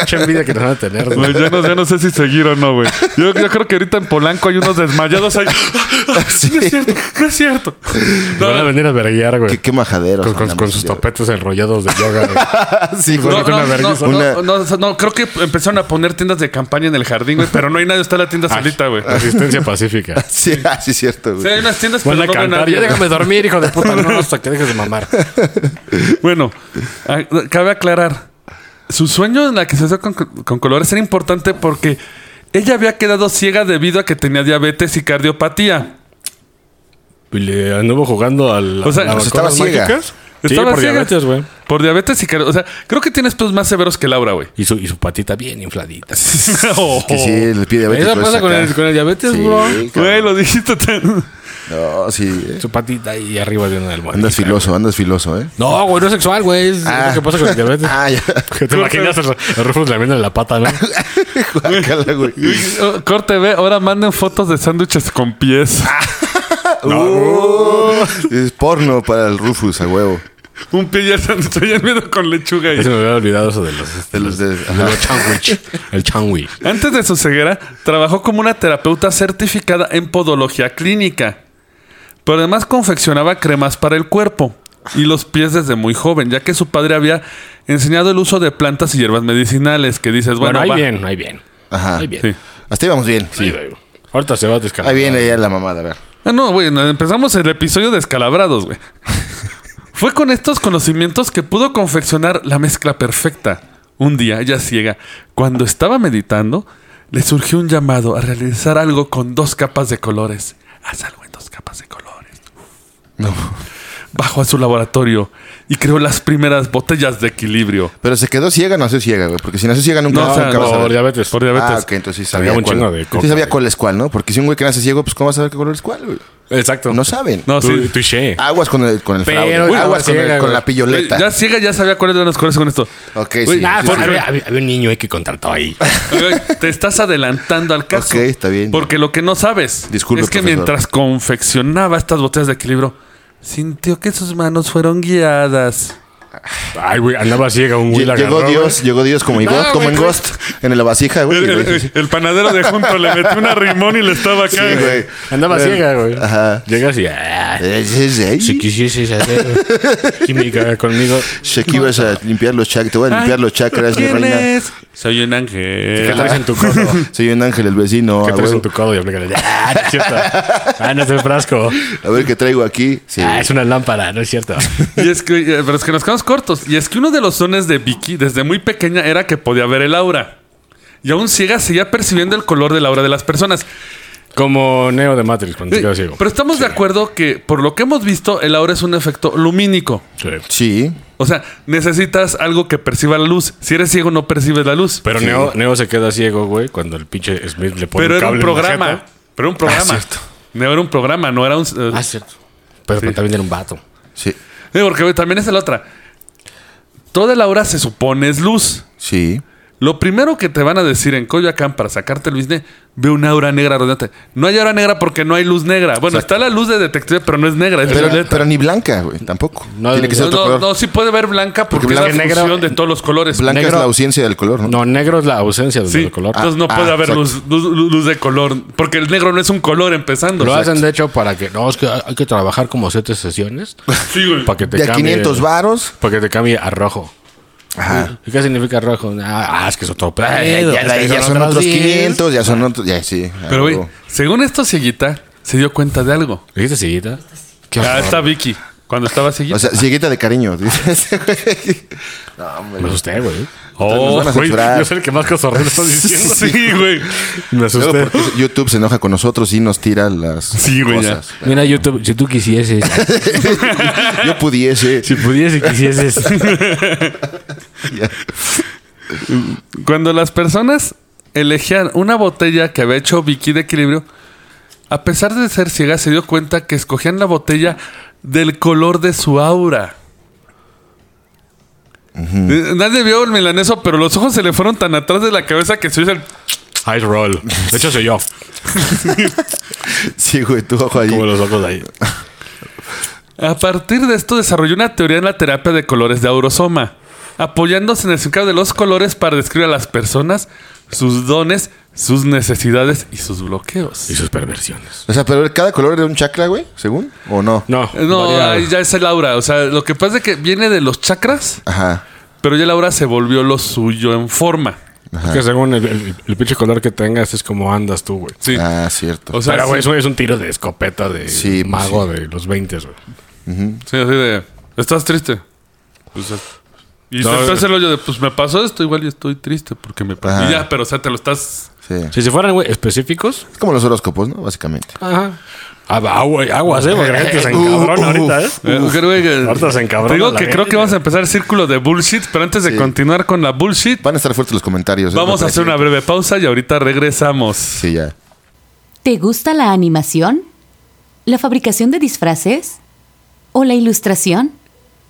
S4: Mucha envidia que nos van a tener.
S2: Güey, yo, no, yo no sé si seguir o no, güey. Yo, yo creo que ahorita en Polanco hay unos desmayados ahí. No es cierto, no es cierto.
S4: Nos
S2: No,
S4: Van a venir a verguear, güey.
S3: Qué, qué majaderos.
S4: Con, con- con sus
S3: topetes.
S4: tapetes enrollados de yoga. güey.
S3: sí, güey.
S2: No,
S4: Una
S2: no,
S4: vergüenza.
S2: no,
S3: Una-
S2: no, no, no, no, creo que empezaron a poner tiendas de campaña en el jardín, güey, pero no hay nadie, está la tienda solita, güey.
S4: Resistencia pacífica.
S3: Sí, ah, sí, es cierto, güey.
S2: Sí, hay unas tiendas,
S4: Ah, Van
S2: pero
S4: a
S2: no ven
S4: cantar. Ya
S2: nadie.
S4: déjame dormir, hijo de puta. No, hasta que dejes de mamar.
S2: Bueno, a- cabe aclarar. Su sueño en la que se hizo con, con colores era importante porque ella había quedado ciega debido a que tenía diabetes y cardiopatía.
S4: Y le anduvo jugando al.
S2: O sea,
S4: a las
S2: pues
S3: estaba
S4: vacunas
S3: ciega.
S4: mágicas. Sí,
S2: Estaba
S4: por
S2: ciega.
S4: diabetes, güey.
S2: Por diabetes y cardiopatía. O sea, creo que tienes pedos más severos que Laura, güey.
S4: Y su, y su patita bien infladita.
S2: Oh.
S3: Que sí, el pie diabético.
S4: Eso pasa
S3: es
S4: con
S3: pues acá.
S4: el, con el diabetes,
S3: Sí,
S4: bro.
S2: Güey, lo dijiste tan...
S3: No, sí. eh.
S4: Su patita ahí arriba de una almohada.
S3: Andas filoso, andas filoso, ¿eh?
S4: No, güey, no es sexual, güey. Es
S3: Ah.
S4: lo que pasa con el diabetes.
S3: Ah, ya.
S4: ¿Te imaginas el, el Rufus lamiendo la pata, no?
S3: Guácala, güey.
S2: Oh, Corte, ve, ahora manden fotos de sándwiches con pies.
S4: Ah.
S3: Es porno para el Rufus, a huevo.
S2: Un pie ya sándwich ya miedo con lechuga.
S4: Ya
S2: ahí.
S4: Se me había olvidado eso de los...
S3: De los de-
S4: de los changwich. El changui.
S2: Antes de su ceguera, trabajó como una terapeuta certificada en podología clínica. Pero además confeccionaba cremas para el cuerpo y los pies desde muy joven, ya que su padre había enseñado el uso de plantas y hierbas medicinales, que dices, bueno,
S4: Bueno, ahí
S2: va.
S4: bien, ahí bien.
S3: Ajá.
S4: Ahí bien.
S2: Sí.
S3: Hasta íbamos bien.
S4: Sí. Ahorita se va a descargar.
S3: Ahí viene ya la mamada, a ver.
S2: Ah, no, güey, no, empezamos el episodio descalabrados, güey. Fue con estos conocimientos que pudo confeccionar la mezcla perfecta. Un día, ya ciega, cuando estaba meditando, le surgió un llamado a realizar algo con dos capas de colores. Haz algo en dos capas de colores.
S3: No.
S2: Bajó a su laboratorio y creó las primeras botellas de equilibrio.
S3: Pero se quedó ciega, o nació ciega, güey. Porque si nació ciega nunca,
S2: No, o sea,
S3: nunca vas a
S4: Por
S3: ver.
S4: diabetes.
S2: Por diabetes.
S3: Ah, ok, entonces sí
S4: Sabía
S3: sabía
S4: un
S3: cuál.
S4: chingo de
S3: Sí
S4: coca,
S3: sabía
S4: güey.
S3: cuál es cuál, ¿no? Porque si un güey que nace ciego, pues ¿cómo vas a saber qué color es cuál, güey?
S4: Exacto.
S3: No Ah, saben.
S2: No,
S4: Tu-
S2: sí.
S4: Touché.
S3: Aguas con el, con el
S4: Pero
S3: fraude.
S4: ya
S3: Aguas
S4: vas
S3: con, el-
S4: ciega,
S3: con
S4: güey.
S3: la pilloleta.
S2: Ya ciega ya sabía cuáles eran los colores con esto.
S3: Ok,
S2: Güey,
S3: sí.
S4: Ah,
S3: sí,
S4: porque
S3: sí.
S4: había, había- había un niño ahí que contrató ahí.
S2: Güey, Te estás adelantando al caso.
S3: Ok, está bien.
S2: Porque lo que no sabes
S3: Disculpe,
S2: es que
S3: profesor.
S2: mientras confeccionaba estas botellas de equilibrio, sintió que sus manos fueron guiadas.
S4: Ay, güey, andaba ciega un güey.
S3: Lle-
S4: la
S3: llegó
S4: agarró,
S3: Dios, llegó Dios como, Igor-
S4: No,
S3: como
S4: güey,
S3: en
S4: pues.
S3: Ghost, en la vasija, güey.
S2: El,
S3: y, güey,
S2: el- el- el panadero de junto le metió una rimón y le estaba acá.
S4: Eh,
S3: Sí, güey.
S4: güey. Andaba
S3: Bueno,
S4: ciega, güey.
S3: Ajá.
S4: Llegas y... ah,
S3: Eh, sí, sí.
S4: si quisieses hacer química conmigo...
S3: Sé que ibas a limpiar los chakras, te voy a
S2: Ay,
S3: limpiar los chakras, mi
S2: ¿Quién
S3: reina. Oh,
S2: es? Soy un
S4: ¿Qué
S2: ángel.
S4: traes en tu codo?
S3: Soy un ángel, el vecino.
S4: ¿Qué
S3: a
S4: traes
S3: huevo.
S4: en tu codo? Y aplícale. Ah, no es cierto. Ah, no es el frasco.
S3: A ver qué traigo aquí. Sí.
S4: Ah, es una lámpara, no es cierto.
S2: Y es que, eh, pero es que nos quedamos cortos. Y es que uno de los dones de Vicky desde muy pequeña era que podía ver el aura. Y aún ciega seguía percibiendo el color del aura de las personas.
S4: Como Neo de Matrix cuando se queda
S2: Sí,
S4: ciego.
S2: Pero estamos de acuerdo que, por lo que hemos visto, el aura es un efecto lumínico.
S4: Sí.
S3: Sí.
S2: O sea, necesitas algo que perciba la luz. Si eres ciego, no percibes la luz.
S4: Pero Neo, Neo se queda ciego, güey, cuando el pinche Smith le pone
S2: Pero era
S4: un
S2: un
S4: cable en la
S2: programa.
S4: jeta.
S2: Pero era un programa.
S4: Ah, cierto.
S2: No era un programa, no era un. eh,
S4: Ah, es cierto. Pero, pero también era un vato.
S3: Sí.
S2: eh, porque también es la otra. Toda la aura se supone es luz.
S3: Sí.
S2: Lo primero que te van a decir en Coyoacán para sacarte el bisne, ve una aura negra rodeante. No hay aura negra porque no hay luz negra. Bueno,
S3: Exacto.
S2: está la luz de detective, pero no es negra, es
S3: Pero,
S2: violeta.
S3: pero ni blanca, güey, tampoco.
S4: No,
S3: Tiene que ser
S2: no,
S3: otro
S2: no,
S3: color.
S2: no, sí puede ver blanca porque,
S3: Porque
S2: es
S3: blanca
S2: la
S4: y negra-
S2: fusión de todos los colores.
S3: Blanca
S4: negro-
S3: es la ausencia del color, ¿no?
S4: No, negro es la ausencia del
S2: Sí,
S4: color.
S2: entonces no
S3: Ah,
S2: puede
S3: ah,
S2: haber luz, luz, luz de color, porque el negro no es un color empezando.
S4: Lo
S2: Exacto.
S4: hacen, de hecho, para que. No, es que hay que trabajar como siete sesiones.
S2: Sí, güey.
S4: Para que te
S3: De a
S4: cambie.
S3: 500 varos.
S4: Para que te cambie a rojo.
S3: Ajá.
S4: ¿Y qué significa rojo? Ah, ah, es que es otro pedo.
S3: Ya, de ahí
S4: es que
S3: ya son
S4: otros
S3: otros
S4: días.
S3: 500, ya son otros. Ya, sí. a
S2: Pero, güey,
S3: huevo.
S2: según esto, Cieguita se dio cuenta de algo.
S4: ¿Dijiste sillita?
S3: Qué
S2: Ah,
S3: horror.
S2: está Vicky. Cuando estaba Cieguita.
S3: O sea, cieguita de cariño. dice ese güey. no, hombre.
S4: Me asusté, güey.
S3: nos
S2: oh,
S3: van a
S2: güey.
S3: censurar.
S4: Yo soy el que más cosas horribles está diciendo.
S2: Sí, güey.
S4: Me
S3: Luego,
S4: asusté.
S3: porque YouTube se enoja con nosotros y nos tira las
S2: Sí, güey, ya.
S3: cosas.
S4: Mira, YouTube, si tú quisieses,
S3: Yo pudiese.
S4: si pudiese, quisieses.
S3: Ya.
S2: Cuando las personas elegían una botella que había hecho Vicky de equilibrio, a pesar de ser ciega, se dio cuenta que escogían la botella del color de su aura. Eh, Nadie vio el milaneso, pero los ojos se le fueron tan atrás de la cabeza que se hizo el...
S4: Ice roll. De hecho, soy yo.
S3: Sí, güey, tu ojo ahí.
S4: Como los ojos de ahí.
S2: A partir de esto desarrolló una teoría en la terapia de colores de Aurosoma, apoyándose en el significado de los colores para describir a las personas, sus dones, sus necesidades y sus bloqueos.
S4: Y sus perversiones.
S3: O sea, pero cada color de un chakra, güey, según, o no.
S4: No,
S2: No,
S4: variado.
S2: ahí ya es el aura. O sea, lo que pasa es que viene de los chakras,
S3: Ajá.
S2: pero ya el aura se volvió lo suyo en forma.
S4: Es que según el, el, el pinche color que tengas, es como andas tú, güey.
S2: Sí.
S3: Ah, cierto.
S2: o sea,
S4: Pero, güey,
S2: sí,
S4: eso es un tiro de escopeta de
S3: Sí, pues,
S4: mago de los 20, güey.
S2: sí, así de. Estás triste. Pues, es- y
S4: No,
S2: se te
S4: no.
S2: hace el hoyo de, pues me pasó esto, igual yo estoy triste porque me pasó.
S3: eh. Ajá.
S2: Y ya, pero o sea, te lo estás.
S3: sí.
S4: Si se fueran, güey, específicos.
S3: Es como los horóscopos, ¿no? Básicamente.
S2: Ah.
S4: Ajá. Aguas, aguas, eh, porque la gente
S3: Uh,
S4: se encabrona ahorita, eh.
S2: Eh, creo que-
S4: Ahorita se encabrona
S2: Te digo
S4: la
S2: que creo
S4: gente.
S2: que vamos a empezar el círculo de bullshit, pero antes de
S3: Sí.
S2: continuar con la bullshit,
S3: Van a estar fuertes los comentarios. ¿eh?
S2: vamos a
S3: Me
S2: hacer una
S3: parece.
S2: breve pausa y ahorita regresamos.
S3: Sí, ya.
S1: ¿Te gusta la animación? ¿La fabricación de disfraces? ¿O la ilustración?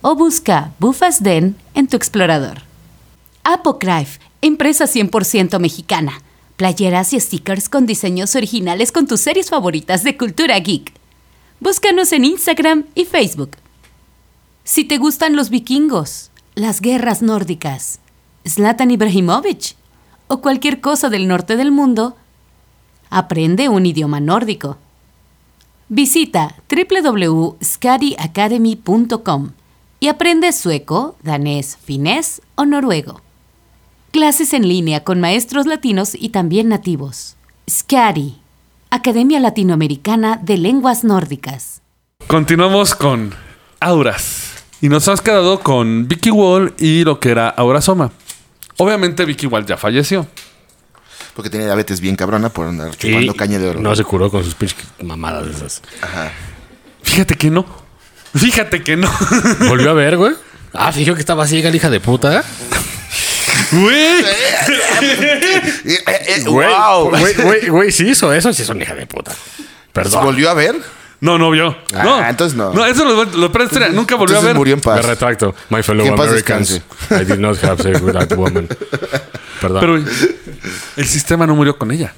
S1: o busca Bufas Den en tu explorador. Apocryph, empresa 100% mexicana. Playeras y stickers con diseños originales con tus series favoritas de cultura geek. Búscanos en Instagram y Facebook. Si te gustan los vikingos, las guerras nórdicas, Zlatan Ibrahimovic o cualquier cosa del norte del mundo, Aprende un idioma nórdico. Visita www.skadiacademy.com y aprende sueco, danés, finés o noruego. Clases en línea con maestros latinos y también nativos. SCADI, Academia Latinoamericana de Lenguas Nórdicas.
S2: Continuamos con auras. Y nos has quedado con Vicky Wall y lo que era Aura Soma. Obviamente Vicky Wall ya falleció.
S3: Porque tenía diabetes bien cabrona por andar chupando
S4: Y
S3: caña de oro.
S4: No se curó con sus pinches mamadas de esas.
S2: Fíjate que no. Fíjate que no.
S4: Volvió a ver, güey. Ah, se dijo que estaba ciega la hija de puta.
S2: Güey.
S3: Eh, eh, eh,
S4: Güey,
S3: wow.
S4: Güey, güey, güey, sí hizo eso, sí es una hija de puta.
S3: ¿Se
S4: Perdón.
S3: volvió a ver?
S2: No, no vio.
S3: Ah,
S2: no.
S3: entonces no.
S2: No, eso lo, lo presté, nunca volvió a
S3: Entonces
S2: ver.
S3: murió en
S4: Me
S3: paz.
S4: retracto. My
S3: Que en
S4: fellow
S3: paz
S4: Americans. I did not have sex with that woman. Perdón.
S2: Pero el sistema no murió con ella.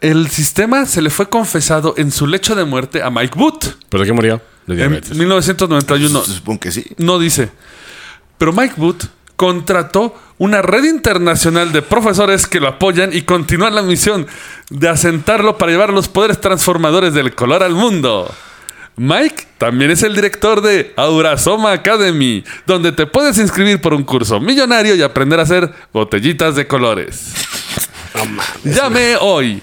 S2: El sistema se le fue confesado en su lecho de muerte a Mike Booth
S4: ¿Pero de qué murió? De
S2: en
S4: diabetes.
S2: 1991.
S3: Supongo que sí.
S2: No dice. Pero Mike Booth contrató una red internacional de profesores que lo apoyan y continúan la misión de asentarlo para llevar los poderes transformadores del color al mundo. Mike también es el director de Aurasoma Academy, donde te puedes inscribir por un curso millonario y aprender a hacer botellitas de colores. Llame hoy.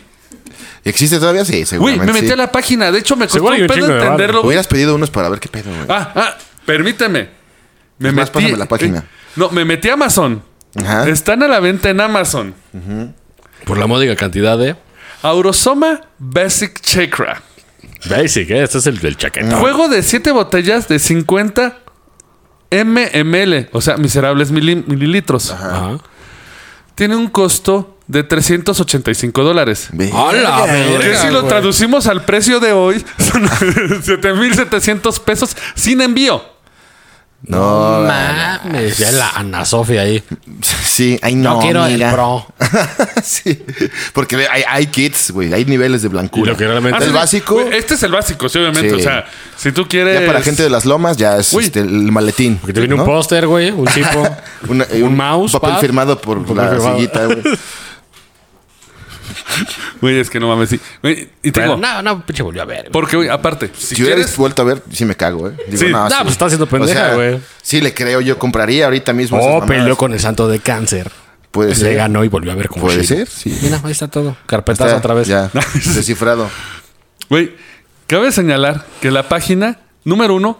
S3: ¿Existe todavía? Sí,
S2: Uy,
S3: seguramente.
S2: me metí
S3: sí.
S2: a la página. De hecho, me costó
S4: Seguro hay
S2: un
S4: un
S2: pedo
S4: chingo de barro.
S2: entenderlo.
S3: Hubieras pedido unos para ver qué pedo, güey.
S2: Ah, ah, permíteme. Me
S3: Es más,
S2: metí.
S3: pásame la página. Ah.
S2: eh, no, me metí a Amazon.
S3: Ajá.
S2: Están a la venta en Amazon.
S4: Por la módica cantidad de...
S2: Aurosoma Basic Chakra.
S4: Basic, ¿eh? Este es el del
S3: Ah.
S4: chaquetón.
S2: Juego de 7 botellas de 50 mml, o sea, miserables mili- mililitros.
S4: Ajá.
S2: Tiene un costo de 385 dólares.
S3: Ve.
S4: ¡Hala,
S2: Que
S4: verga,
S2: si lo
S4: güey!
S2: traducimos al precio de hoy, son 7.700 pesos sin envío.
S3: No,
S4: Mames, ya la Ana Sofía ahí.
S3: sí, ay no.
S5: No quiero el
S3: amiga.
S5: pro.
S3: sí, porque ve, hay, hay kits, güey, hay niveles de blancura.
S4: Y lo que realmente-
S2: Ah,
S3: el
S2: sí,
S3: básico,
S2: güey, Este es el básico, sí, obviamente.
S3: Sí.
S2: O sea, si tú quieres.
S3: ya para gente de las lomas, ya es
S2: Uy.
S3: este, el maletín.
S4: Porque te viene
S3: ¿no?
S4: un póster, güey, un tipo.
S3: Una- eh,
S4: un mouse,
S3: Papel
S4: pad.
S3: firmado por
S4: Un papel
S3: la
S4: firmado.
S3: sillita, güey.
S2: Güey, es que no mames, sí. Güey, y tengo.
S4: Pero no, no, pinche volvió a ver. güey.
S2: Porque, güey, aparte, si
S3: Si hubieras
S2: quieres.
S3: vuelto a ver, sí me cago, ¿eh? Digo,
S2: Sí.
S4: No, pues está haciendo pendeja, güey.
S3: sí, le creo, yo compraría ahorita mismo. esas
S4: Oh,
S3: mamadas.
S4: peleó con el santo de cáncer.
S3: Puede
S4: Le
S3: ser.
S4: ganó y volvió a ver cómo
S3: Puede
S4: Shiro.
S3: ser, sí.
S4: Mira, ahí está todo.
S3: Está,
S4: Carpetazo otra vez.
S3: Ya, descifrado.
S2: Güey, cabe señalar que la página número uno.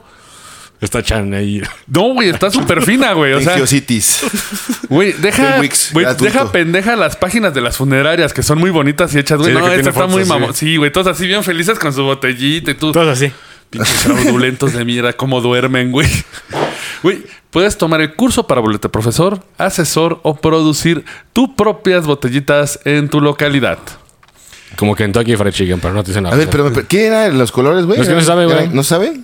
S4: Está Chan ahí.
S2: No, güey, está súper fina, güey. O sea,
S3: Cities.
S2: güey, deja,
S3: En Wix,
S2: güey,
S3: gratuito.
S2: deja pendeja las páginas de las funerarias que son muy bonitas y hechas, güey.
S4: Sí, de
S2: no, esta
S4: que tiene
S2: está
S4: fotos,
S2: muy
S4: sí.
S2: mamón. Sí, güey, todos así bien felices con su botellita y tú.
S4: Todo así.
S2: Pinches fraudulentos de mierda, cómo duermen, güey. Güey, puedes tomar el curso para volverte profesor, asesor o producir tus propias botellitas en tu localidad.
S4: Como Kentucky Fried Chicken, pero no te dicen nada.
S3: A ver, pero, pero, ¿qué eran los colores, güey?
S4: No, es que no se sabe, güey.
S3: ¿No se sabe?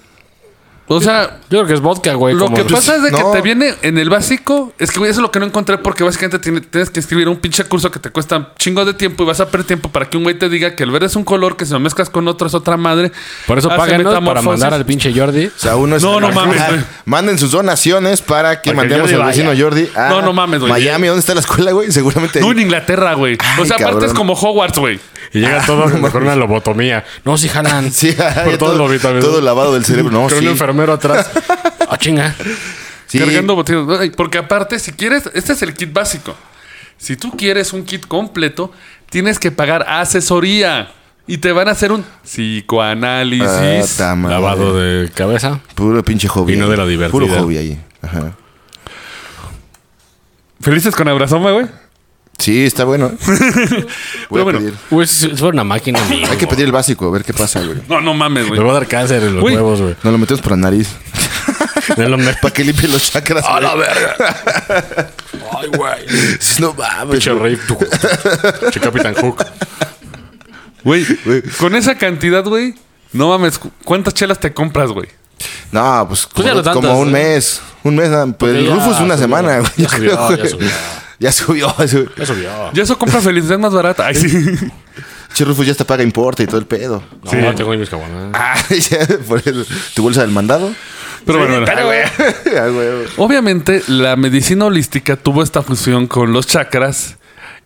S2: O sea,
S4: Yo creo que es vodka, güey.
S2: lo
S4: como-
S2: que pasa es de que
S3: no.
S2: te viene en el básico. Es que, güey, eso es lo que no encontré porque básicamente tiene- tienes que escribir un pinche curso que te cuesta un chingo de tiempo y vas a perder tiempo para que un güey te diga que el verde es un color, que si lo mezclas con otro es otra madre. Ah,
S4: Por eso
S2: Hace
S4: páguenos para
S2: metamorfosis.
S4: mandar al pinche Jordi.
S3: O sea, uno es.
S2: No, no mames,
S3: Ah,
S2: güey.
S3: Manden sus donaciones para que
S4: Para que
S3: mandemos
S4: Jordi
S3: al vecino
S4: vaya.
S3: Jordi a.
S2: No, no mames, güey.
S3: Miami, ¿dónde está la escuela, güey? Seguramente.
S2: No en Inglaterra, güey. O
S3: Ay,
S2: sea, aparte
S3: cabrón.
S2: es como Hogwarts, güey.
S4: Y llega todo con una lobotomía. Ah, No, si jalan.
S3: Sí,
S4: Por
S3: ya
S4: todo, lo vi también.
S3: todo lavado del cerebro. No,
S4: con un
S3: sí.
S4: enfermero atrás. Ah, chinga.
S3: sí.
S2: Cargando botellas. Ay, Porque aparte, si quieres, este es el kit básico. Si tú quieres un kit completo, tienes que pagar asesoría. Y te van a hacer un
S3: Ah,
S2: psicoanálisis.
S3: ta madre.
S4: Lavado de cabeza.
S3: Puro pinche hobby.
S4: Vino de la
S3: ahí.
S4: divertida.
S3: Puro hobby ahí. Ajá.
S2: ¿Felices con abrazoma, güey?
S3: Sí, está bueno. ¿eh? Voy
S2: Pero
S3: a
S2: bueno.
S3: pedir.
S4: Güey, es, es una máquina, amigo.
S3: Hay que pedir el básico, a ver qué pasa, güey.
S2: No, no mames,
S4: Me
S2: güey.
S4: va a dar cáncer en los
S2: Güey.
S4: huevos, güey.
S3: Nos lo metemos por la nariz.
S4: En los me-
S3: Para que limpie los chakras.
S4: A
S3: güey.
S4: la verga. Ay, güey.
S3: No mames.
S4: Pinche
S3: güey.
S4: rey. Che Capitán Hook.
S2: Güey, con esa cantidad, güey, no mames. ¿cu- ¿Cuántas chelas te compras, güey?
S3: No, pues,
S4: Pues ya
S3: como,
S4: no tantas,
S3: como un
S4: ¿no?
S3: mes. Un mes. nada, Pues el
S4: ya
S3: Rufus una
S4: subió.
S3: semana, güey.
S4: Ya
S3: yo creo,
S4: subió, ya
S3: güey.
S4: subió.
S3: Ya subió. Ya subió.
S4: Ya subió.
S2: Ya eso compra felicidad más barata. Ay, sí.
S3: Che, Rufus ya te paga importa y todo el pedo.
S4: No, no tengo ni mis caguamas.
S3: Ah, ya, por el- tu bolsa del mandado.
S2: Pero bueno, bueno.
S3: Ah, güey.
S2: Obviamente, la medicina holística tuvo esta fusión con los chakras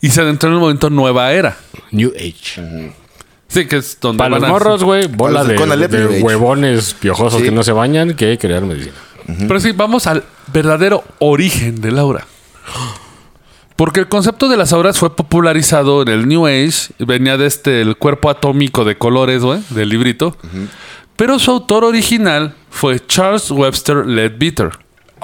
S2: y se adentró en un momento nueva era.
S4: New Age.
S2: Sí, que es donde
S4: Para los
S2: van a-
S4: morros, güey, bola
S3: los
S4: de,
S3: del Conalep,
S4: de
S3: New Age.
S4: huevones piojosos
S3: Sí.
S4: que no se bañan que crear medicina.
S2: Pero sí, vamos al verdadero origen del aura. Porque el concepto de las auras fue popularizado en el New Age, y venía de este el cuerpo atómico de colores, güey, del librito. Pero su autor original fue Charles Webster Leadbeater.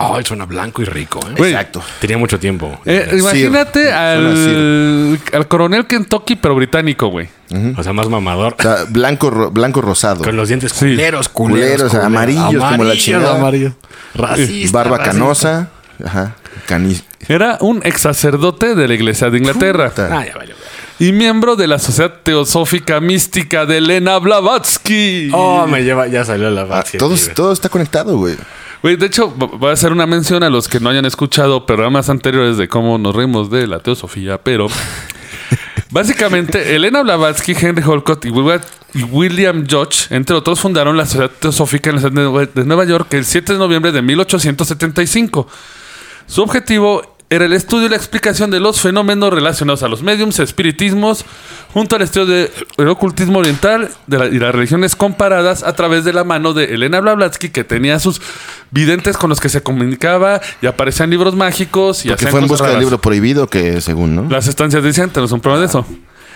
S4: Ay, suena blanco y rico, ¿eh?
S2: Güey,
S3: Exacto.
S4: Tenía mucho tiempo.
S2: eh,
S3: Sir.
S2: imagínate
S3: Suena
S2: al, al coronel Kentucky, pero británico, güey.
S4: O sea, más mamador.
S3: O sea, blanco, ro- blanco rosado.
S4: Con los dientes
S2: Sí.
S4: culeros, culeros,
S3: Culeros, amarillos como la chingada.
S4: amarillo. Racista,
S3: Barba
S4: racista.
S3: canosa. Ajá. Cani-
S2: Era un ex sacerdote de la Iglesia de Inglaterra
S3: Puta.
S5: Ah, ya valió.
S2: y miembro de la Sociedad Teosófica Mística de Elena Blavatsky.
S4: Oh, me lleva, ya salió la
S3: Ah,
S4: base.
S3: todo, todo está conectado, güey.
S2: Güey, de hecho, v- voy a hacer una mención a los que no hayan escuchado programas anteriores de cómo nos reímos de la teosofía, pero básicamente Elena Blavatsky, Henry Holcott y Wilwa- y William George, entre otros, fundaron la Sociedad Teosófica en la ciudad de Nue- de Nueva York el 7 de noviembre de 1875. Su objetivo era el estudio y la explicación de los fenómenos relacionados a los mediums, espiritismos, junto al estudio del ocultismo oriental de la- y las religiones comparadas a través de la mano de Elena Blavatsky, que tenía sus videntes con los que se comunicaba y aparecían libros mágicos y
S3: Porque
S2: hacían
S3: fue en
S2: cosas
S3: busca del
S2: raras.
S3: libro prohibido que, según, ¿no?
S2: Las estancias de Santa no son prueba de eso.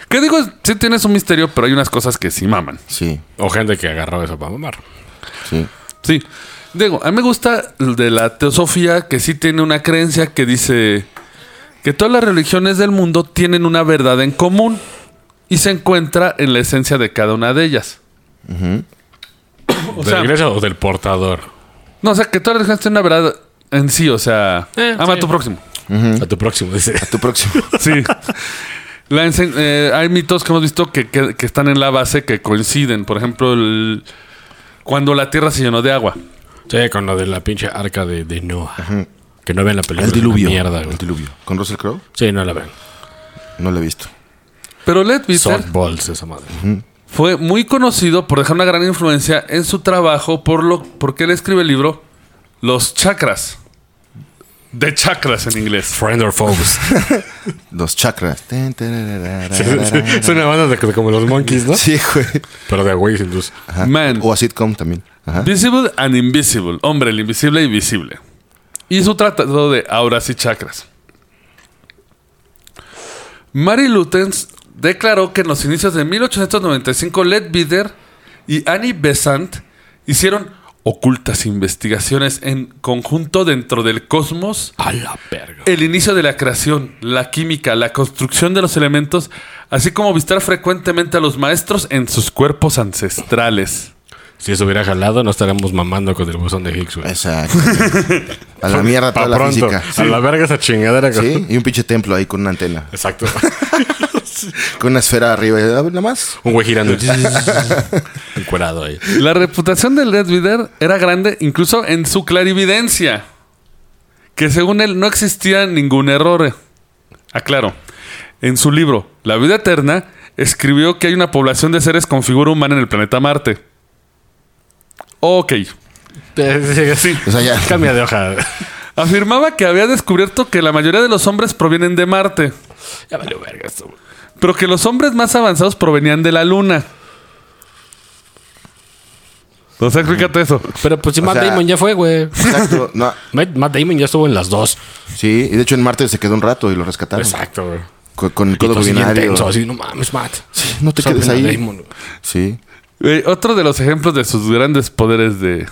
S2: Que digo, sí tienes un misterio, pero hay unas cosas que sí maman.
S3: Sí,
S4: O gente que agarró eso para mamar.
S3: sí.
S2: Sí. Digo, a mí me gusta el de la teosofía que sí tiene una creencia que dice que todas las religiones del mundo tienen una verdad en común y se encuentra en la esencia de cada una de ellas.
S4: ¿De
S2: sea-
S4: la iglesia o del portador?
S2: No, o sea, que todas las religiones tienen una verdad en sí, o sea,
S4: Eh,
S2: ama
S4: sí.
S2: a tu próximo.
S4: A tu próximo, dice.
S3: Tu próximo.
S2: Sí. La ense- eh, hay mitos que hemos visto que, que- que están en la base que coinciden. Por ejemplo, el- cuando la tierra se llenó de agua.
S4: Sí, con lo de la pinche arca de, de Noah. Que no vean la película.
S3: El diluvio.
S4: es una Mierda, güey.
S3: el diluvio. ¿Con Russell Crowe?
S4: Sí, no la vean.
S3: No lo he visto.
S2: Pero Ledbetter
S4: Softballs, esa madre.
S2: fue muy conocido por dejar una gran influencia en su trabajo por lo porque él escribe el libro Los chakras. De chakras en inglés.
S4: Friend or Foes.
S3: Los chakras. Ten, tararara,
S4: es una banda de, como los Monkeys, ¿no?
S3: Sí, güey.
S4: Pero de güey, sin luz.
S3: Ajá.
S2: Man.
S3: O a sitcom también. Ajá.
S2: Visible and invisible. Hombre, el invisible y visible. Y su tratado de auras y chakras. Mary Lutens declaró que en los inicios de 1895 Ledbetter y Annie Besant hicieron ocultas investigaciones en conjunto dentro del cosmos
S4: A la verga.
S2: el inicio de la creación, la química, la construcción de los elementos, así como visitar frecuentemente a los maestros en sus cuerpos ancestrales.
S4: Si eso hubiera jalado, no estaríamos mamando con el buzón de Higgs, güey.
S3: Exacto. A la mierda
S4: Pa'
S3: toda la
S4: pronto.
S3: física.
S4: A la verga esa chingadera. güey.
S3: Sí, y un pinche templo ahí con una antena.
S4: Exacto.
S3: Con una esfera arriba. y ah, Nada más.
S4: Un güey girando. Encuerado ahí.
S2: La reputación de Ledbetter era grande incluso en su clarividencia, que según él no existía ningún error. Aclaro, en su libro La vida eterna escribió que hay una población de seres con figura humana en el planeta Marte. Ok.
S4: Sí.
S3: O sea, ya.
S4: Cambia de hoja.
S2: Afirmaba que había descubierto que la mayoría de los hombres provienen de Marte,
S4: Ya valió verga esto, güey.
S2: pero que los hombres más avanzados provenían de la Luna. O sea, explícate eso.
S4: Pero pues si
S3: O
S4: Matt
S3: sea-
S4: Damon ya fue, güey.
S3: Exacto. No.
S4: Matt, Matt Damon ya estuvo en las dos.
S3: Sí, y de hecho en Marte se quedó un rato y lo rescataron.
S4: Exacto, güey.
S3: Con, con el
S4: Y
S3: codo
S4: todo así bien
S3: binario.
S4: tenso, así, no mames, Matt.
S3: No te
S4: Sorprende
S3: quedes
S4: a
S3: ahí.
S4: Damon, güey.
S3: Sí.
S2: Eh, otro de los ejemplos de sus grandes poderes de,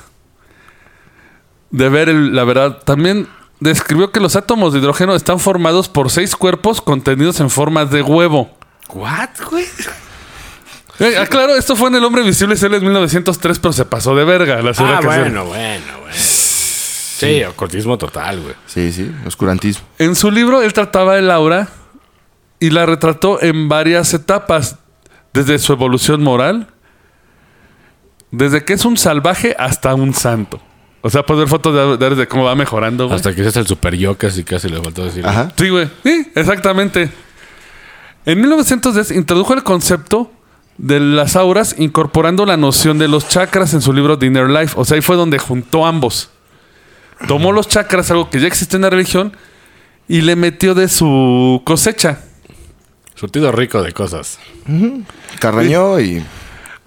S2: de ver el- la verdad, también describió que los átomos de hidrógeno están formados por seis cuerpos contenidos en formas de huevo.
S5: ¿What, güey?
S2: Eh, aclaro, esto fue en El Hombre Visible sale en 1903, pero se pasó de verga la segunda
S4: Ah,
S2: ocasión.
S4: bueno, bueno, güey. Sí, ocultismo total, güey.
S3: Sí, sí. Oscurantismo.
S2: En su libro, él trataba el aura y la retrató en varias etapas, desde su evolución moral, desde que es un salvaje hasta un santo. O sea, puedes ver fotos de, de cómo va mejorando. güey.
S4: Hasta que es el super yo casi casi le faltó decir.
S3: Ajá.
S2: Sí, güey. Sí, exactamente. En 1910 introdujo el concepto de las auras incorporando la noción de los chakras en su libro The Inner Life. O sea, ahí fue donde juntó ambos. Tomó los chakras, algo que ya existe en la religión, y le metió de su cosecha.
S4: Surtido rico de cosas.
S3: Carrañó y.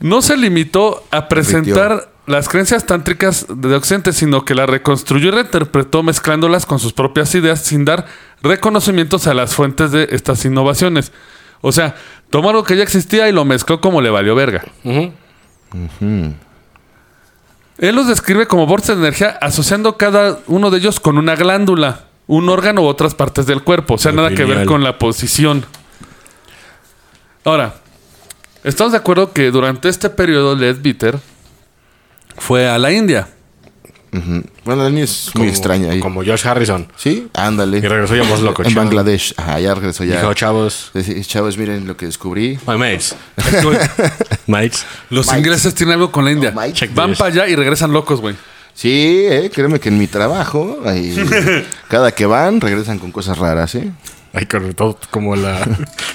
S2: No se limitó a presentar las creencias tántricas de Occidente, sino que las reconstruyó y reinterpretó mezclándolas con sus propias ideas sin dar reconocimientos a las fuentes de estas innovaciones. O sea, tomó algo que ya existía y lo mezcló como le valió verga. Él los describe como vórtices de energía asociando cada uno de ellos con una glándula, un órgano u otras partes del cuerpo. O sea,
S4: El
S2: nada que ver
S4: pineal.
S2: con la posición. Ahora, estamos de acuerdo que durante este periodo Ledbetter fue a la India.
S3: Bueno, la niña es muy extraña ahí.
S4: Como Josh Harrison.
S3: Sí, ándale.
S4: Y regresó ya más loco,
S3: En
S4: chavo.
S3: Bangladesh. Ajá, ya regresó ya.
S4: Dijo, chavos.
S3: Sí, Chavos, miren lo que descubrí.
S4: My mates. mates.
S2: Los
S3: Mike.
S2: ingleses tienen algo con la India.
S3: Oh, Mike. Check
S2: Van
S4: this.
S2: para allá y regresan locos, güey.
S3: Sí, eh, créeme que en mi trabajo, ahí, cada que van, regresan con cosas raras, ¿eh?
S4: Ay, con todo como la.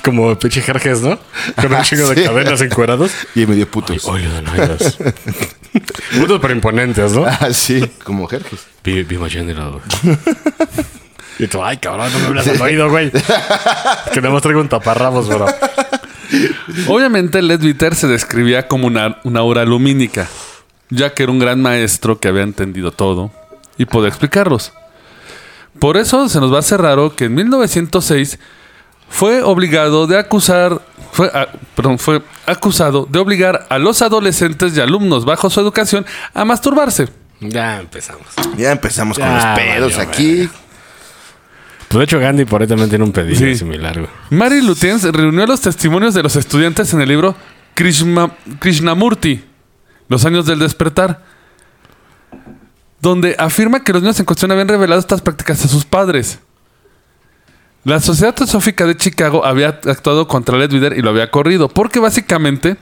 S4: Como pinche Jerjes, ¿no? Con un chingo
S3: Sí.
S4: de cadenas encuerados.
S3: Y medio putos.
S4: Oye, Danaidas. Putos pero imponentes, ¿no?
S3: Ah, sí, como Jerjes.
S4: Be, be my general. Y tú, ay, cabrón, no me hablas al oído, güey. Que nada más traigo un taparrabos, bro.
S2: Obviamente, Ledviter se describía como una, una aura lumínica, ya que era un gran maestro que había entendido todo y podía explicarlos. Por eso se nos va a hacer raro que en 1906 fue obligado de acusar, fue, ah, perdón, fue acusado de obligar a los adolescentes y alumnos bajo su educación a masturbarse.
S4: Ya empezamos.
S3: Ya empezamos con
S4: Ya,
S3: los pedos
S4: Ah, valió,
S3: aquí.
S4: Pues de hecho, Gandhi por ahí también tiene un pedido
S2: Sí.
S4: similar, güey.
S2: Mary Lutens reunió los testimonios de los estudiantes en el libro Krishma- Krishnamurti, Los años del despertar, donde afirma que los niños en cuestión habían revelado estas prácticas a sus padres. La Sociedad Teosófica de Chicago había actuado contra Ledwider y lo había corrido, porque básicamente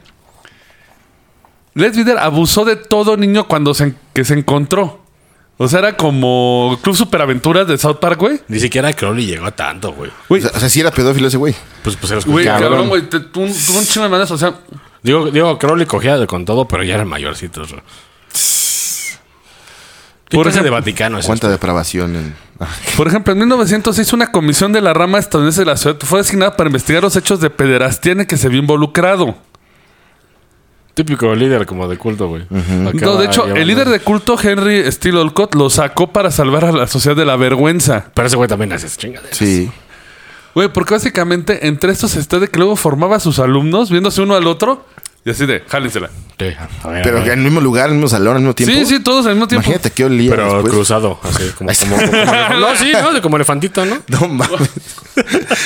S2: Ledwider abusó de todo niño cuando se, en- que se encontró. O sea, era como Club Superaventuras de South Park, güey.
S4: Ni siquiera Crowley llegó a tanto, güey.
S3: O sea, o sea, sí era pedófilo ese güey.
S4: Pues, pues se los
S2: Güey,
S4: cogió.
S2: cabrón, güey. te- tú un, tú un chingo de maneras, o sea...
S4: Digo, digo, Crowley cogía de con todo, pero ya eran mayorcitos, güey. ¿Qué
S2: Por
S4: clase de
S2: ejemplo-
S4: Vaticano es
S3: Cuánta depravación. en- Ah,
S2: Por ejemplo, en 1906 una comisión de la rama estadounidense de la ciudad fue designada para investigar los hechos de pederastía en el que se vio involucrado.
S4: Típico líder como de culto, güey. Acaba
S2: No, de hecho, el
S4: llevando-
S2: líder de culto, Henry Steele Olcott, lo sacó para salvar a la sociedad de la vergüenza.
S4: Pero ese güey también hace esas chingaderas.
S3: sí.
S2: Güey, porque básicamente entre estos está de que luego formaba a sus alumnos viéndose uno al otro y así de, jálensela.
S4: Sí, a ver,
S3: Pero
S4: a ver.
S3: en el mismo lugar, en el mismo salón, al mismo tiempo.
S2: Sí, sí, todos al mismo tiempo.
S3: Imagínate qué olía
S4: Pero
S3: después.
S4: cruzado, así como, como, como- como- No, sí, ¿no? De Como elefantito, ¿no?
S3: No mames.